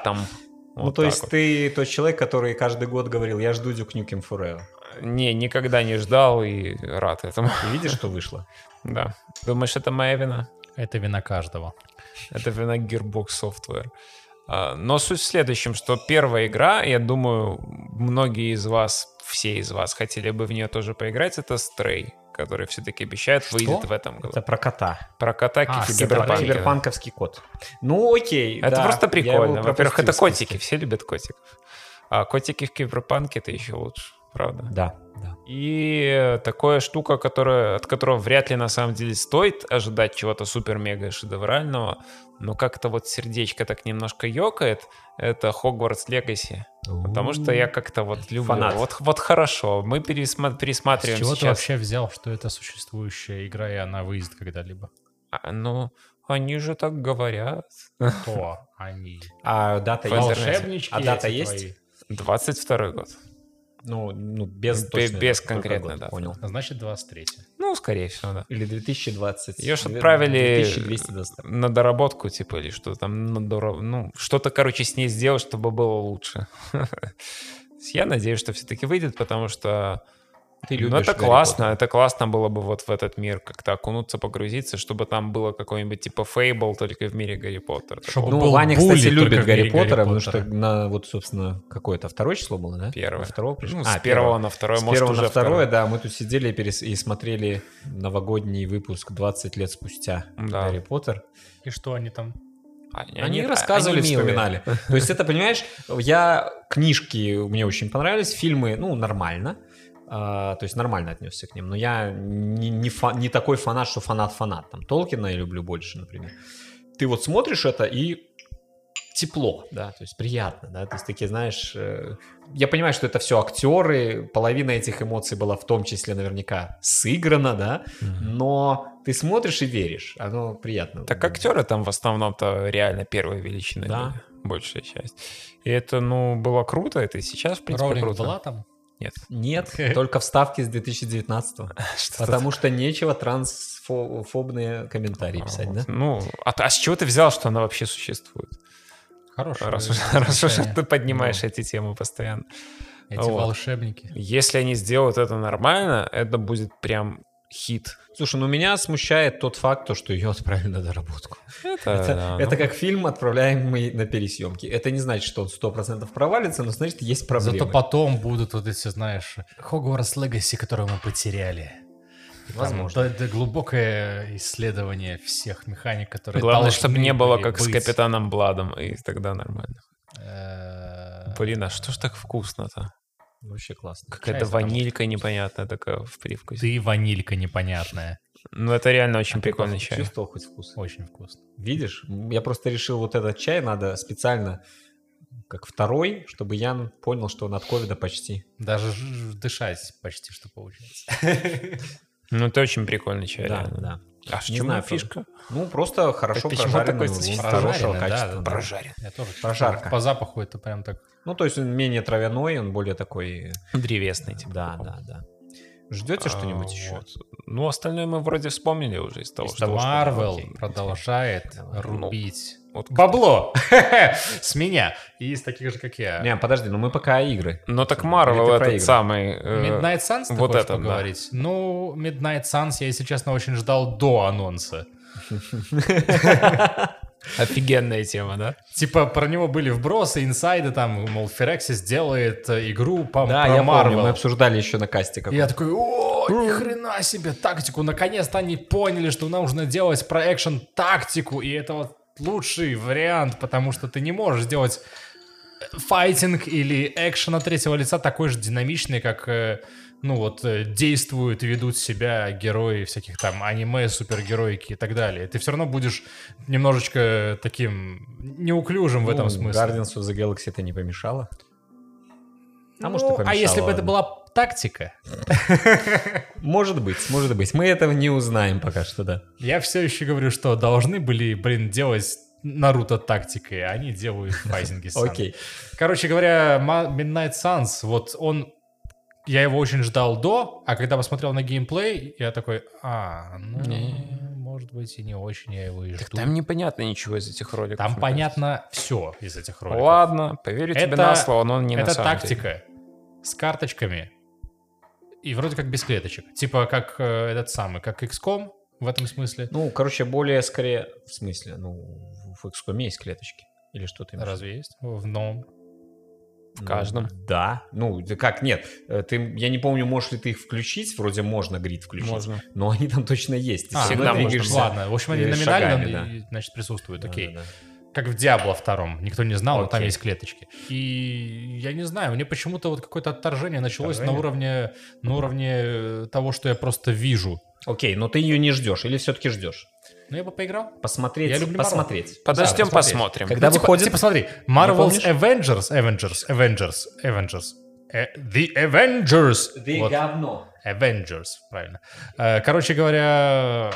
Ну, то есть ты тот человек, который каждый год говорил, я жду Duke Nukem Forever. Не, никогда не ждал и рад этому. Ты видишь, что вышло? Да. Думаешь, это моя вина? Это вина каждого. Это вина Gearbox Software. А, Но суть в следующем, что первая игра, я думаю, многие из вас, все из вас хотели бы в нее тоже поиграть, это Stray, который все-таки обещает выйдет в этом году. Это про кота. Про катаки А, Киберпанк. Киберпанк. Киберпанковский кот. Ну окей. Это да, просто я прикольно. его Во-первых, это пропустил, котики, все любят котиков. А котики в Киберпанке это еще лучше, правда. Да, да. И такая штука, которая, от которого вряд ли на самом деле стоит ожидать чего-то супер-мега шедеврального, но как-то вот сердечко так немножко ёкает, это Хогвартс Легаси. Потому что я как-то вот люблю. Фанат. Вот, вот хорошо, мы пересма- пересматриваем А С чего ты сейчас. вообще взял, что это существующая игра, и она выйдет когда-либо? А, ну, они же так говорят. Кто они? А дата В интернете. есть? Волшебнички А дата эти есть? твои. 22 год. Ну, ну без Бе- точной без даты, только конкретной год, даты. Понял. А Значит, 23 Ну, скорее всего, да. Или 2020. Ее ж Две- отправили 2220. на доработку, типа, или что там, на дора- ну, что-то, короче, с ней сделать, чтобы было лучше. Я надеюсь, что все-таки выйдет, потому что Ты ну, любишь это Гарри классно, это классно было бы вот в этот мир как-то окунуться, погрузиться, чтобы там было какой-нибудь типа фейбл только в мире Гарри Поттера. Чтоб Такого был Ну, Ваня, Булли кстати, только любит в Гарри мире Гарри Поттера, потому что Поттера. на вот, собственно, какое-то второе число было, да? первое. На Второго пришло? Ну, А, с первого, на второе, С может, первого уже на второе. второе, да, мы тут сидели и перес- и смотрели новогодний выпуск 20 лет спустя Да. Гарри Поттер. И что они там? Они, Они, рассказывали, они милые. вспоминали. То есть это, понимаешь, я книжки мне очень понравились, фильмы, ну, нормально. А, то есть нормально отнесся к ним. Но я не, не фа- не такой фанат, что фанат-фанат. Там Толкина я люблю больше, например. ты вот смотришь это и тепло, да, то есть приятно, да, то есть такие, знаешь, э, я понимаю, что это все актеры, половина этих эмоций была в том числе наверняка сыграна, да, но ты смотришь и веришь, оно приятно. Так актеры там в основном-то реально первой величины. Да. были, Большая часть. И это, ну, было круто, это и сейчас, в принципе, Роулинг круто. была там? Нет. Нет, только вставки с 2019 потому что нечего трансфобные комментарии писать, да? Вот. Ну, а, т- а с чего ты взял, что она вообще существует? Хорошая. Раз уж, раз уж ты поднимаешь эти темы постоянно. Эти вот. волшебники. Если они сделают это нормально, это будет прям хит. Слушай, ну меня смущает тот факт, то, что ее отправили на доработку. Это, Это, да, это ну, как фильм, отправляемый на пересъемки. Это не значит, что он 100% провалится, но значит, есть проблемы. Зато потом будут вот эти, знаешь, Хогвартс Легаси, которую мы потеряли. И там Возможно. д- д- глубокое исследование всех механик, которые Главное, должны чтобы не было были как с быть. капитаном Бладом, и тогда нормально. Э, Блин, а что ж так вкусно-то? Вообще классно. Какая-то Чай с томатом. ванилька непонятная такая в привкусе. Ты и ванилька непонятная. Ну, это реально очень прикольный Прикольно чай. Чувствовал хоть вкус? Очень вкусно. Видишь? Я просто решил, вот этот чай надо специально как второй, чтобы Ян понял, что он от ковида почти. Даже ж- ж- дышать почти что получается. Ну, это очень прикольный чай, да, реально. да. А в Не чем знаю, фишка? Ну, просто хорошо почему прожаренный такой лук сочетание? хорошего Прожаренный, да, качества. да, да. Прожарен. Я тоже чувствую. Прожарка. По запаху это прям так. Ну, то есть он менее травяной, он более такой... Древесный, типа. Да, да, да. Ждете что-нибудь А, еще? вот. Ну, остальное мы вроде вспомнили уже из того, Потому что что... что Марвел было. продолжает Давай. Ну. рубить Вот как- бабло с меня и из таких же, как я. Не, подожди, ну мы пока игры. Ну, так Или ты Марвел про этот игры? самый... э, Midnight Suns, ты вот хочешь это да. поговорить? Ну, Midnight Suns я, если честно, очень ждал до анонса. Офигенная тема, да? Типа, про него были вбросы, инсайды, там, мол, Ферексис делает э, игру по, Да, про я помню, Marvel. мы обсуждали еще на касте И какой-то. я такой, о, ни хрена себе, тактику. Наконец-то они поняли, что нужно делать про экшен тактику, и это вот лучший вариант, потому что ты не можешь сделать э, файтинг или экшен от третьего лица такой же динамичный, как э, ну вот э, действуют и ведут себя герои всяких там аниме, супергероики и так далее. Ты все равно будешь немножечко таким неуклюжим в этом смысле. Ну, Guardians of the Galaxy это не помешало? А может, и Ну, а помешало, если бы это ладно. была тактика, Может быть, может быть. Мы этого не узнаем пока что, да. Я все еще говорю, что должны были, блин, делать Наруто тактикой, а они делают файтинги сами. Окей. Короче говоря, Ма- Midnight Suns, вот он... Я его очень ждал до, а когда посмотрел на геймплей, я такой, а, ну, может быть, и не очень я его и жду. Там непонятно ничего из этих роликов. Там мне понятно все из этих кажется. роликов. Ладно, поверю тебе Это- на слово, но не на Это самом деле. тактика с карточками и вроде как без клеточек. Типа как э, этот самый, как XCOM в этом смысле. Ну, короче, более скорее... В смысле? Ну, в XCOM есть клеточки. Или что ты имеешь? Разве есть? В новом. в виду? каждом? Ну, Да. Ну, да как, нет. Э, Ты, я не помню, можешь ли ты их включить. Вроде можно грид включить. Можно. Но они там точно есть. Ты А, всё всегда ну, равно можно. двигаешься. Ладно, в общем, они э, номинально, шагами, да. и, значит, присутствуют, Да, окей. да, да. Как в Диабло втором, никто не знал, но там Окей. есть клеточки. И я не знаю, мне почему-то вот какое-то отторжение началось на Отторжение? уровне, на уровне э, того, что я просто вижу. Окей, но ты ее не ждешь или все-таки ждешь? Ну, я бы поиграл. Посмотреть, Я люблю посмотреть. Да, Подождем, посмотреть. посмотрим. Когда Ну, типа- выходит... Типа, смотри, Marvel's помнишь? Avengers, Avengers, Avengers, Avengers, э, The Avengers. Вот. говно. Avengers, правильно. Э, Короче говоря,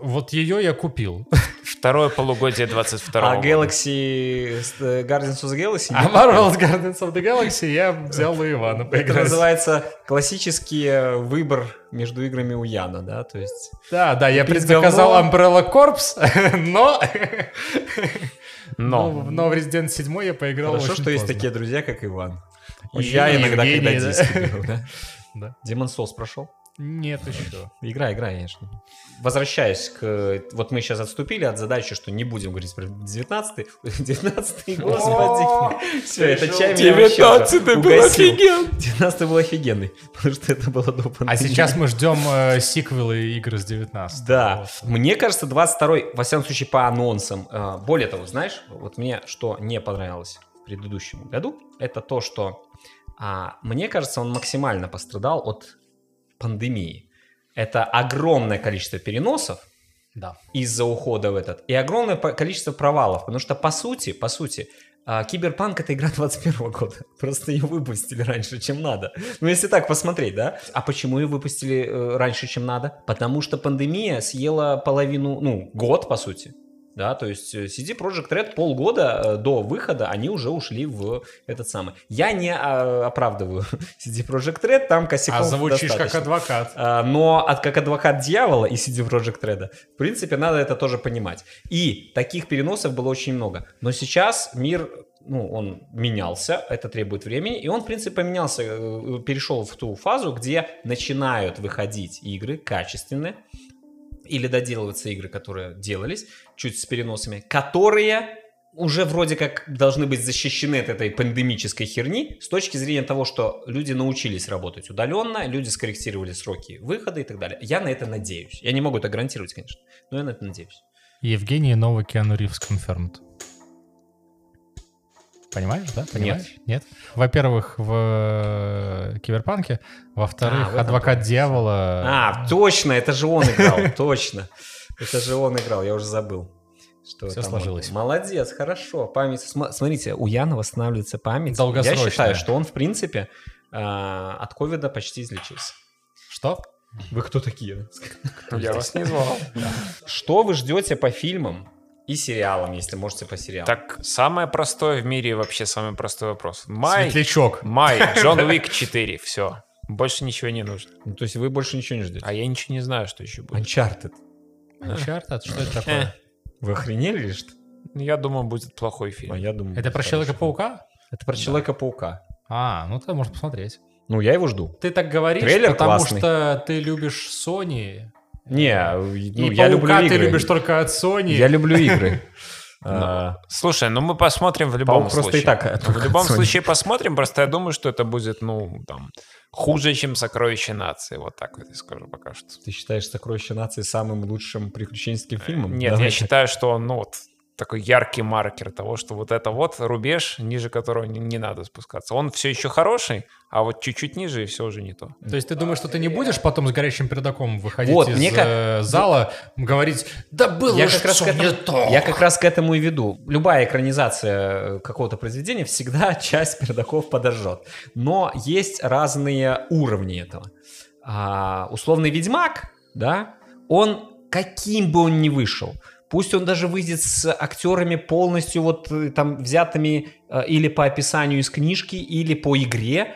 вот ее я купил. Второе полугодие 22 А года. Galaxy... с- э, Guardians of the Galaxy? А нет? Marvel's Guardians of the Galaxy я взял у Ивана Это поиграть. называется классический э, выбор между играми у Яна, да? То есть... Да, да, я Купить предзаказал говно. Umbrella Corps, но... Ну, Но. в- но в Resident 7 я поиграл Хорошо, очень что есть поздно. такие друзья, как Иван. И И я иногда, когда Евгений, да. диски беру, да? Да. Демон Souls прошел? Нет еще. Игра, игра, конечно. Возвращаясь к... э, Вот мы сейчас отступили от задачи, что не будем говорить про 19-й. 19-й, господи. Все, это чай меня вообще уже угасил. 19-й был офигенный, потому что это было до А пандемии. сейчас мы ждем э, сиквелы игр с 19. Да, Вот. А мне кажется, 22-й, во всяком случае, по анонсам. э, Более того, знаешь, вот мне что не понравилось в предыдущем году, это то, что, а, мне кажется, он максимально пострадал от пандемии. Это огромное количество переносов, Да. из-за ухода в этот. И огромное по- количество провалов, потому что по сути, по сути, а, Киберпанк это игра 21 года. Просто ее выпустили раньше, чем надо. Ну, если так посмотреть, да? А почему ее выпустили э, раньше, чем надо? Потому что пандемия съела половину, ну, год, по сути. Да, то есть э, CD Projekt Red полгода э, до выхода они уже ушли в этот самый. Я не а, оправдываю CD Projekt Red, там косяков А звучишь как достаточно. адвокат. А, Но от, как адвокат дьявола и CD Projekt Red, в принципе, надо это тоже понимать. И таких переносов было очень много. Но сейчас мир, ну, он менялся, это требует времени, и он, в принципе, поменялся, э, перешел в ту фазу, где начинают выходить игры качественные, или доделываться игры, которые делались, чуть с переносами, которые уже вроде как должны быть защищены от этой пандемической херни с точки зрения того, что люди научились работать удаленно, люди скорректировали сроки выхода и так далее. Я на это надеюсь. Я не могу это гарантировать, конечно, но я на это надеюсь. Евгений Нова Киану Ривз Confirmed. Понимаешь, да? Понимаешь? Нет. Во-первых, в э, Киберпанке. А, в Во-вторых, этом Адвокат плане. Дьявола. А, точно, это же он играл, точно. Это же он играл, я уже забыл. Что Всё там сложилось. он- Молодец, хорошо. Память. см- Смотрите, у Яна восстанавливается память. Я Долгосрочная. считаю, что он, в принципе, а, от ковида почти излечился. Что? Вы кто такие? Я вас не звал. Что вы ждете по фильмам и сериалам, если можете по сериалам? Так, самое простое в мире, вообще самый простой вопрос. Май, Светлячок. май, Джон Уик 4, все. Больше ничего не нужно. Ну, то есть вы больше ничего не ждете? А я ничего не знаю, что еще будет. Uncharted. а Uncharted? Что это такое? Вы охренели или что? А Я думаю, будет плохой фильм. я думаю. Это про хорошо. Человека-паука? Это про Человека-паука. А, ну то можно посмотреть. Ну, я его жду. Ты так говоришь, Трейлер потому классный. что ты любишь Sony. Не, И ну, я паука люблю игры. ты любишь только от Sony. Я люблю игры. А, Слушай, ну мы посмотрим в любом Паук просто случае. Ну, и так В любом Sony. случае посмотрим, просто я думаю, что это будет, ну, там, хуже, чем «Сокровище нации». Вот так вот я скажу пока что. Ты считаешь «Сокровище нации» самым лучшим приключенческим фильмом? Нет, Давай. я считаю, что он, ну, вот такой яркий маркер того, что вот это вот рубеж, ниже которого не, не надо спускаться. Он все еще хороший, а вот чуть-чуть ниже, и все уже не то. То есть ты думаешь, что ты не будешь потом с горящим пердаком выходить Вот, из мне как- э, зала, говорить, да было Я же как, раз всё к этому, не то. я как раз к этому и веду. Любая экранизация э, какого-то произведения всегда часть пердаков подожжет. Но есть разные уровни этого. А, условный ведьмак, да, он каким бы он ни вышел, пусть он даже выйдет с актерами полностью вот э, там взятыми э, или по описанию из книжки, или по игре,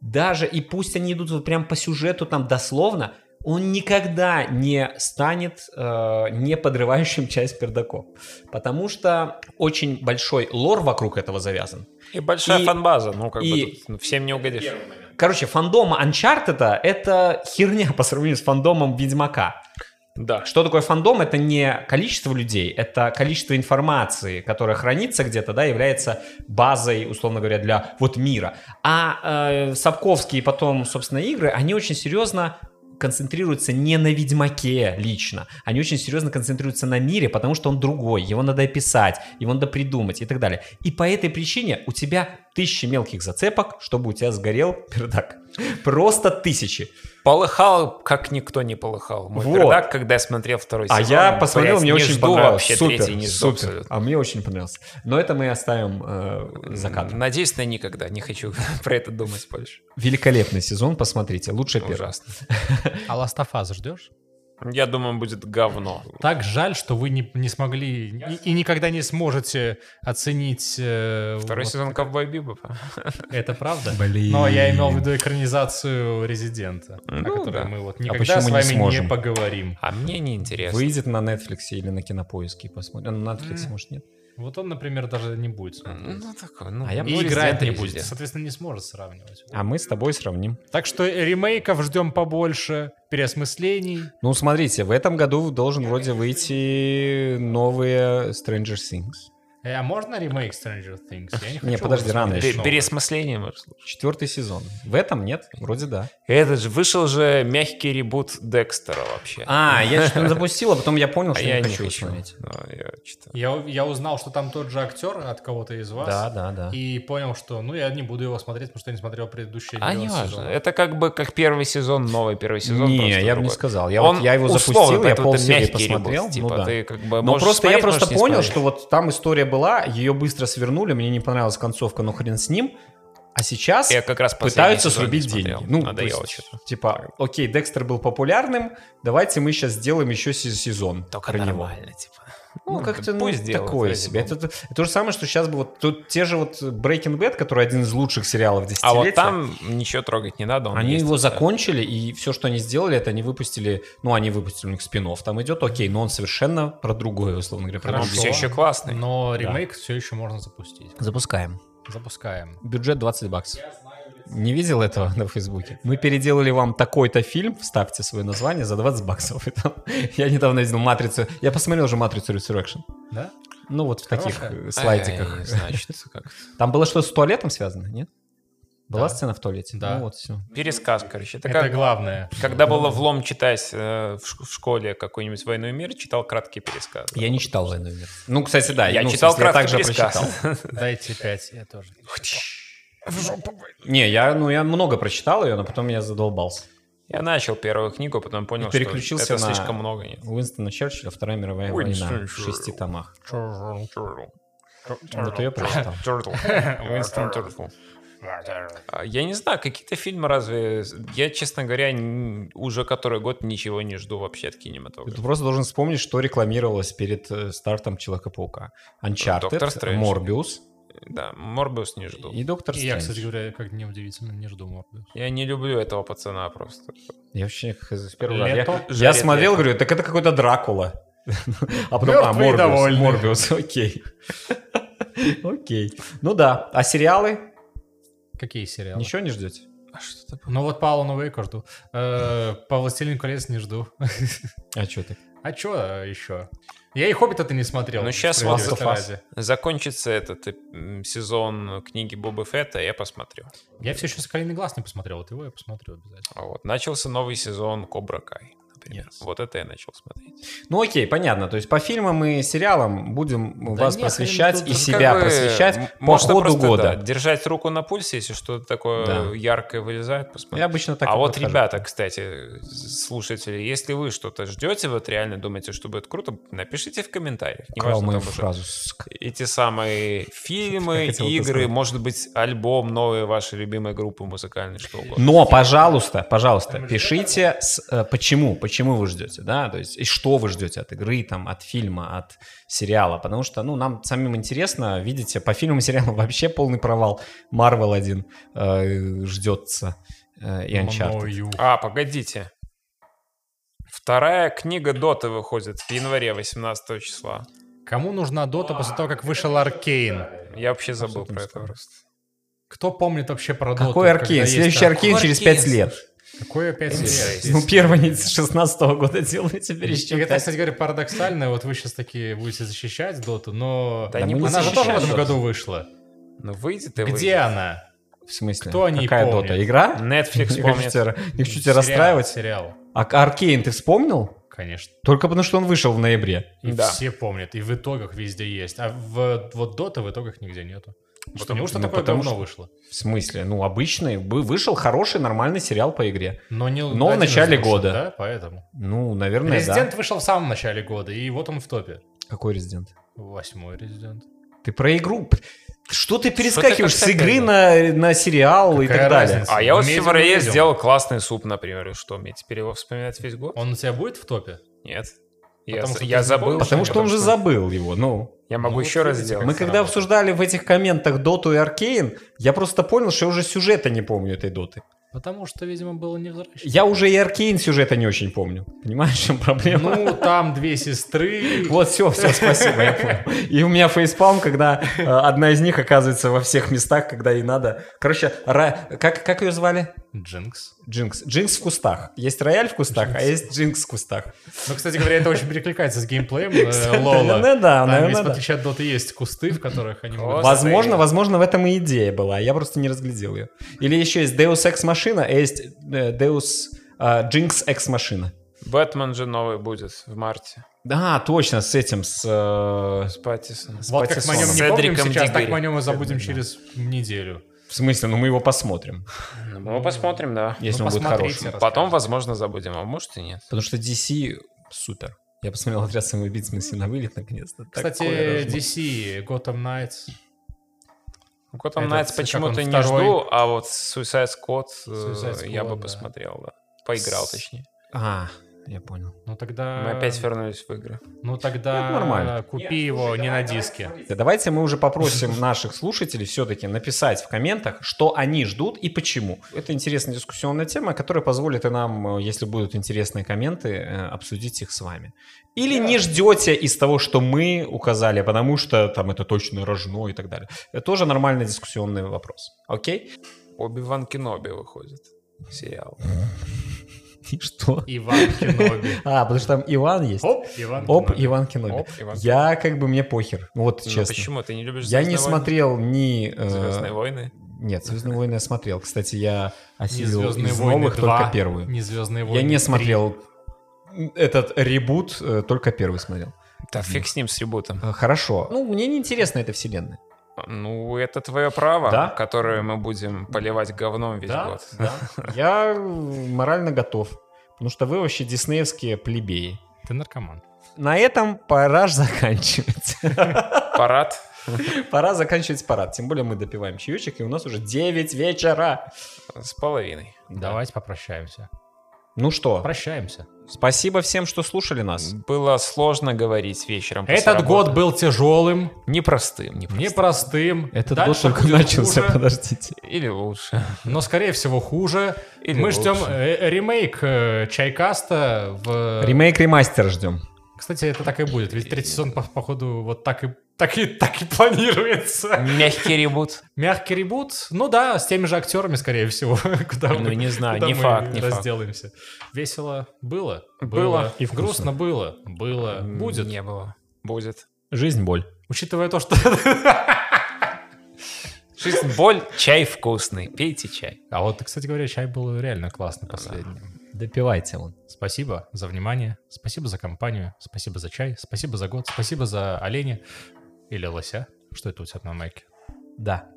даже и пусть они идут вот прям по сюжету там дословно, он никогда не станет э, не подрывающим часть пердаков. Потому что очень большой лор вокруг этого завязан. И большая И- фанбаза, ну, как и- бы тут, ну, всем не угодишь. Короче, фандома Uncharted это херня по сравнению с фандомом Ведьмака. Да. Что такое фандом? Это не количество людей, это количество информации, которая хранится где-то, да, является базой, условно говоря, для вот мира. А э, Сапковские и потом, собственно, игры, они очень серьезно концентрируются не на Ведьмаке лично, они очень серьезно концентрируются на мире, потому что он другой, его надо описать, его надо придумать и так далее. И по этой причине у тебя тысячи мелких зацепок, чтобы у тебя сгорел пердак. Просто тысячи. Полыхал, как никто не полыхал. Мой Вот. пердак, когда я смотрел второй А сезон. я ну, посмотрел, блядь, мне не очень жду понравилось. вообще супер, третий, не жду супер. абсолютно. А мне очень понравилось. Но это мы оставим э, за кадром. Надеюсь, на никогда. Не хочу про это думать больше. Великолепный сезон, посмотрите. Лучше первый. Ужасно. А Ластафаз ждешь? Я думаю, будет говно. Так жаль, что вы не, не смогли и, и никогда не сможете оценить... э, Второй вот сезон Ковбой Бибопа. Это правда? Блин. Но я имел в виду экранизацию Резидента, о Ну которой да. мы вот никогда почему с не вами не, сможем? поговорим. А мне не интересно. Выйдет на Netflix или на Кинопоиске. Посмотрим. Ну, На Netflix, может, нет? Вот он, например, даже не будет смотреть. Ну, такое, ну, А я ну, И Резидент играть не Resident будет, Evil. соответственно, не сможет сравнивать. А мы с тобой сравним. Так что ремейков ждем побольше, переосмыслений. Ну, смотрите, в этом году должен вроде выйти новые Stranger Things. Э, А можно ремейк Stranger Things? Я не хочу Не, подожди, его рано смотреть Пе- еще. снова. Переосмысление, может, случиться. Четвертый сезон. В этом нет? Вроде да. Этот же вышел же мягкий ребут Декстера вообще. А, я что-то запустил, а потом я понял, А что я не не хочу хочу. смотреть. Но я читал. Я, у- я узнал, что там тот же актер от кого-то из вас. Да, да, да. И понял, что ну я не буду его смотреть, потому что я не смотрел предыдущие А 90 неважно. сезонов. Это как бы как первый сезон, новый первый сезон. не, просто я бы не другой. сказал. Я, Он вот, я его условно, запустил, я поэтому это полсерии мягкий ребут, посмотрел. типа, ну да. ты как бы Ну можешь просто я смотреть, просто можешь не понял, смотреть. что вот там история была, ее быстро свернули, мне не понравилась концовка, но хрен с ним. А сейчас Я как раз последний пытаются сезон не срубить смотрел. деньги. Ну, то надоело есть, что-то. типа, окей, Декстер был популярным, давайте мы сейчас сделаем еще се- сезон Только про него. нормально, типа. Ну, как-то ну, пусть делают, такое ради себе. бога. Это, это- это то же самое, что сейчас бы вот тут те же вот Breaking Bad, который один из лучших сериалов десятилетия. А вот там ничего трогать не надо. он Они есть. его закончили, и все, что они сделали, это они выпустили, ну, они выпустили у них спин Там идет, окей, но он совершенно про другое, условно говоря. про Он Хорошо. другое. все еще классный. Но ремейк все еще можно запустить. Запускаем. Запускаем. Бюджет 20 баксов. Не видел этого на Фейсбуке? Мы переделали вам такой-то фильм, вставьте свое название за 20 баксов. И там- я недавно видел «Матрицу». Я посмотрел уже «Матрицу Resurrection». Да? Ну, вот в таких Хорошая. э, слайдиках. Ай, Значит, как Там было что-то с туалетом связано, нет? Была Да. сцена в туалете? Да. Ну, вот все. пересказ, короче. Это Это как главное. Когда было влом читать э, в ш- в школе какую-нибудь «Войну и мир», читал краткий пересказ. Я не читал «Войну и мир». Ну, кстати, да. Я ну, в читал смысле, я краткий также прочитал. пересказ. Дайте пять, я тоже. Не, я, ну, я много прочитал ее, но потом я задолбался. Я начал первую книгу, потом понял, И переключился что это на- слишком много. Нет. Уинстона Черчилля «Вторая мировая Ой, война» ничего, в шести томах. Turtle. Вот ее прочитал. Уинстон Тёртл. Э, А, Я не знаю, какие-то фильмы разве... Я, честно говоря, н- уже который год ничего не жду вообще от Ты кинематографа. просто должен вспомнить, что рекламировалось перед э, стартом Человека-паука. Доктор Uncharted, Стрэндж. Морбиус Да, Морбиус не жду. и Доктор И я, кстати Стрэндж. говоря, как неудивительно, не жду Морбиус. Я не люблю этого пацана просто. Я вообще хз, с первого раза. Лето? Я- Я, Жарит смотрел, лето. говорю, так это какой-то Дракула. А потом, а, Мёртвый и Морбиус, довольный. Морбиус, окей. Окей. Ну да, а сериалы? Какие сериалы? Ничего не ждете? А что такое? Ну вот по Алану Вейку жду. Э, По Властелину колец не жду. А что ты? А чё еще? Я и Хоббита-то не смотрел. Ну, щас справедливости Last of Us. ради. Закончится этот э, м, сезон книги Боба Фетта, я посмотрю. Я все еще «Соколиный глаз» не посмотрел, вот его я посмотрю обязательно. А Вот. Начался новый сезон Кобра Кай. например. Yes. Вот это я начал смотреть. Ну окей, понятно. То есть по фильмам и сериалам будем Да вас нет, просвещать тут и как себя Ну, Как бы, м- просвещать по можно ходу просто, да, года. держать руку на пульсе, если что-то такое Да. яркое вылезает, посмотреть. Я обычно так а и вот, подхожу. ребята, кстати, слушатели, если вы что-то ждете, вот реально думаете, что будет круто, напишите в комментариях. Украл Неважно, мою там уже фразу. сука. эти самые фильмы, хотел это игры, сказать. может быть, альбом новые ваши любимые группы музыкальные, что угодно. Но, пожалуйста, пожалуйста, пишите, с, э, почему, почему вы ждете, да, то есть и что вы ждете от игры, там, от фильма, от сериала, потому что, ну, нам самим интересно, видите, по фильмам и сериалам вообще полный провал. Марвел один э, ждется э, Ну, и Uncharted. Мною. А, погодите. Вторая книга Доты выходит в январе 18 числа. Кому нужна Дота после того, как вышел Аркейн? Я вообще забыл про это просто. Кто помнит вообще про Доту? Какой Аркейн? Следующий Аркейн через Аркейн, 5 лет. Какой опять Ну, сериал? первый не с 16 года делали, теперь еще Это, пять. кстати говоря, парадоксально, вот вы сейчас такие будете защищать Доту, но Да Да не мы не она же тоже в защищаем этом Доту. году вышла. Ну, выйдет и Где выйдет. она? В смысле? Кто о ней Какая помнит? дота? Игра? Netflix Не хочу помнит. тебя, не хочу тебя Сериал, расстраивать. Сериал, А Аркейн ты вспомнил? конечно. Только потому, что он вышел в ноябре. И Да. все помнят, и в итогах везде есть. А в, вот Дота в итогах нигде нету. Что, Потому- неужто ну, такое потому говно что- вышло? В смысле? Ну, обычный. Бы- Вышел хороший, нормальный сериал по игре. Но, не Но в один из начале лучших, года. Да, поэтому. Ну, наверное, Резидент да. вышел в самом начале года, и вот он в топе. Какой резидент? Восьмой резидент. Ты про игру... п- Что ты перескакиваешь опять с игры это? на, на сериал и Какая так далее? разница? А я вот в Медиум феврале Medium. сделал классный суп, например. И что, мне теперь его вспоминать весь год? Он у тебя будет в топе? Нет. Я, Потому за- что я ты забыл. забыл, Потому что он же я- забыл его, ну. Я могу Ну, еще вот раз видите, сделать. Мы когда работу. обсуждали в этих комментах Доту и Аркейн, я просто понял, что я уже сюжета не помню этой Доты. Потому что, видимо, было невзрачно. Я уже и Аркейн сюжета не очень помню. Понимаешь, в чем проблема? Ну, там две сестры. Вот, все, все, спасибо, я понял. И у меня фейспалм, когда э, одна из них оказывается во всех местах, когда ей надо. Короче, Ра- как, как ее звали? Джинкс. Джинкс. Джинкс в кустах. Есть рояль в кустах, а есть джинкс в кустах. Ну, кстати говоря, это очень перекликается с геймплеем э, Кстати, Лола. наверное, да, Там, наверное, есть, в да. отличие от Доты, есть кусты, в которых они Вот. могут... Возможно, Состояние. возможно, в этом и идея была, я просто не разглядел ее. Или еще есть Deus Ex Машина, а есть э, Deus э, Jinx Ex Машина. Бэтмен же новый будет в марте. Да, точно, с этим, с... э, С Паттисоном. Вот как мы о нем С не помним Эдриком сейчас, так Дигори. мы о нем и забудем через неделю. в смысле, ну мы его посмотрим, Ну, мы посмотрим, да. если Ну, он будет посмотрите, хорошим. Потом, возможно, забудем, а может и нет. Потому что DC супер. Я посмотрел «Отряд самоубийц Мэнси на вылет» наконец-то. Такое Кстати, рожно. DC, Gotham Knights. Ну, Gotham Этот, Knights как почему-то он, не второй? жду, а вот Suicide Squad, э, Suicide я Squad, бы да. посмотрел, да. Поиграл, С- точнее. А, я понял. Ну тогда... Мы опять вернулись в игры. Ну тогда Это нормально. купи его не на диске. Да, Давайте мы уже попросим наших слушателей все-таки написать в комментах, что они ждут и почему. Это интересная дискуссионная тема, которая позволит и нам, э, если будут интересные комменты, э, обсудить их с вами. Или не ждете из того, что мы указали, потому что там это точно рожно и так далее. Это тоже нормальный дискуссионный вопрос. Окей? Оби-Ван Кеноби выходит. Сериал. Что? Иван Кеноби. А, потому что там Иван есть. Оп, Иван Оп, Кеноби. Иван Кеноби. Оп, Иван Я как бы мне похер. Вот Ну, честно. почему? Ты не любишь Я не «Звездные войны»? смотрел ни... э, «Звездные войны». Нет, «Звездные войны» я смотрел. Кстати, я Не осилил Звездные из войны новых 2, только первую. Не Звездные войны. Я не 3. смотрел этот ребут, э, только первый смотрел. Да фиг с ним, с ребутом. Э, Хорошо. Ну, мне не интересна эта вселенная. Ну, это твое право, Да? которое мы будем поливать говном весь год. Я э, морально готов, потому что вы вообще диснеевские плебеи. Ты наркоман. На этом пора ж заканчивать. Парад. Пора заканчивать парад. Тем более мы допиваем чаечек, и у нас уже 9 вечера. С половиной. Давайте попрощаемся. Ну что, Прощаемся. спасибо всем, что слушали нас. Было сложно говорить вечером. после Этот работы. год был тяжелым, непростым, непростым. непростым. Этот год Дальше только будет начался, хуже, подождите. Или лучше. но, скорее всего, хуже. Или Мы лучше. ждем э, ремейк э, Чайкаста в... Э, Ремейк ремастер ждем. Кстати, это так и будет, ведь третий сезон, по- походу, вот так и, так и, так и планируется. Мягкий ребут. Мягкий ребут, ну да, с теми же актерами, скорее всего, куда Ну, мы- не знаю, куда не мы факт, не факт. разделаемся. Весело было, Было. и грустно было, было, будет. Не было. Будет. Жизнь боль. Учитывая то, что... Жизнь, боль, чай вкусный. Пейте чай. А вот, кстати говоря, чай был реально классный последний. Допивайте он. Спасибо за внимание, спасибо за компанию, спасибо за чай, спасибо за год, спасибо за оленя или лося. Что это у тебя на майке? Да.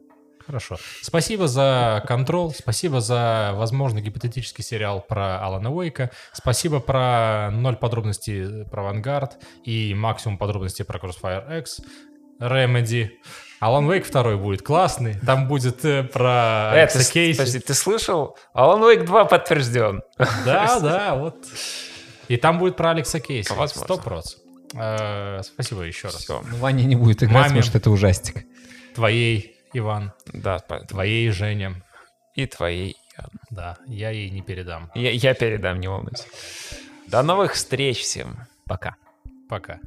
Хорошо. Спасибо за контрол, спасибо за, возможно, гипотетический сериал про Алана Уэйка, спасибо про ноль подробностей про Vanguard и максимум подробностей про Crossfire X, Remedy. Алан Уэйк второй будет классный, там будет э, про Это, Алекса Кейси. подожди, ты слышал? Alan Wake 2 подтвержден. Да, да, вот. И там будет про Алекса Кейси. Возможно. Сто проц. Э, Спасибо еще раз. Все. Ну, Ваня не будет играть, Маме. потому что это ужастик. Твоей, Иван, Да, по- твоей Женя. и твоей. Яна. Да, я ей не передам. Я, я передам, не волнуйся. До новых встреч всем. Пока. Пока.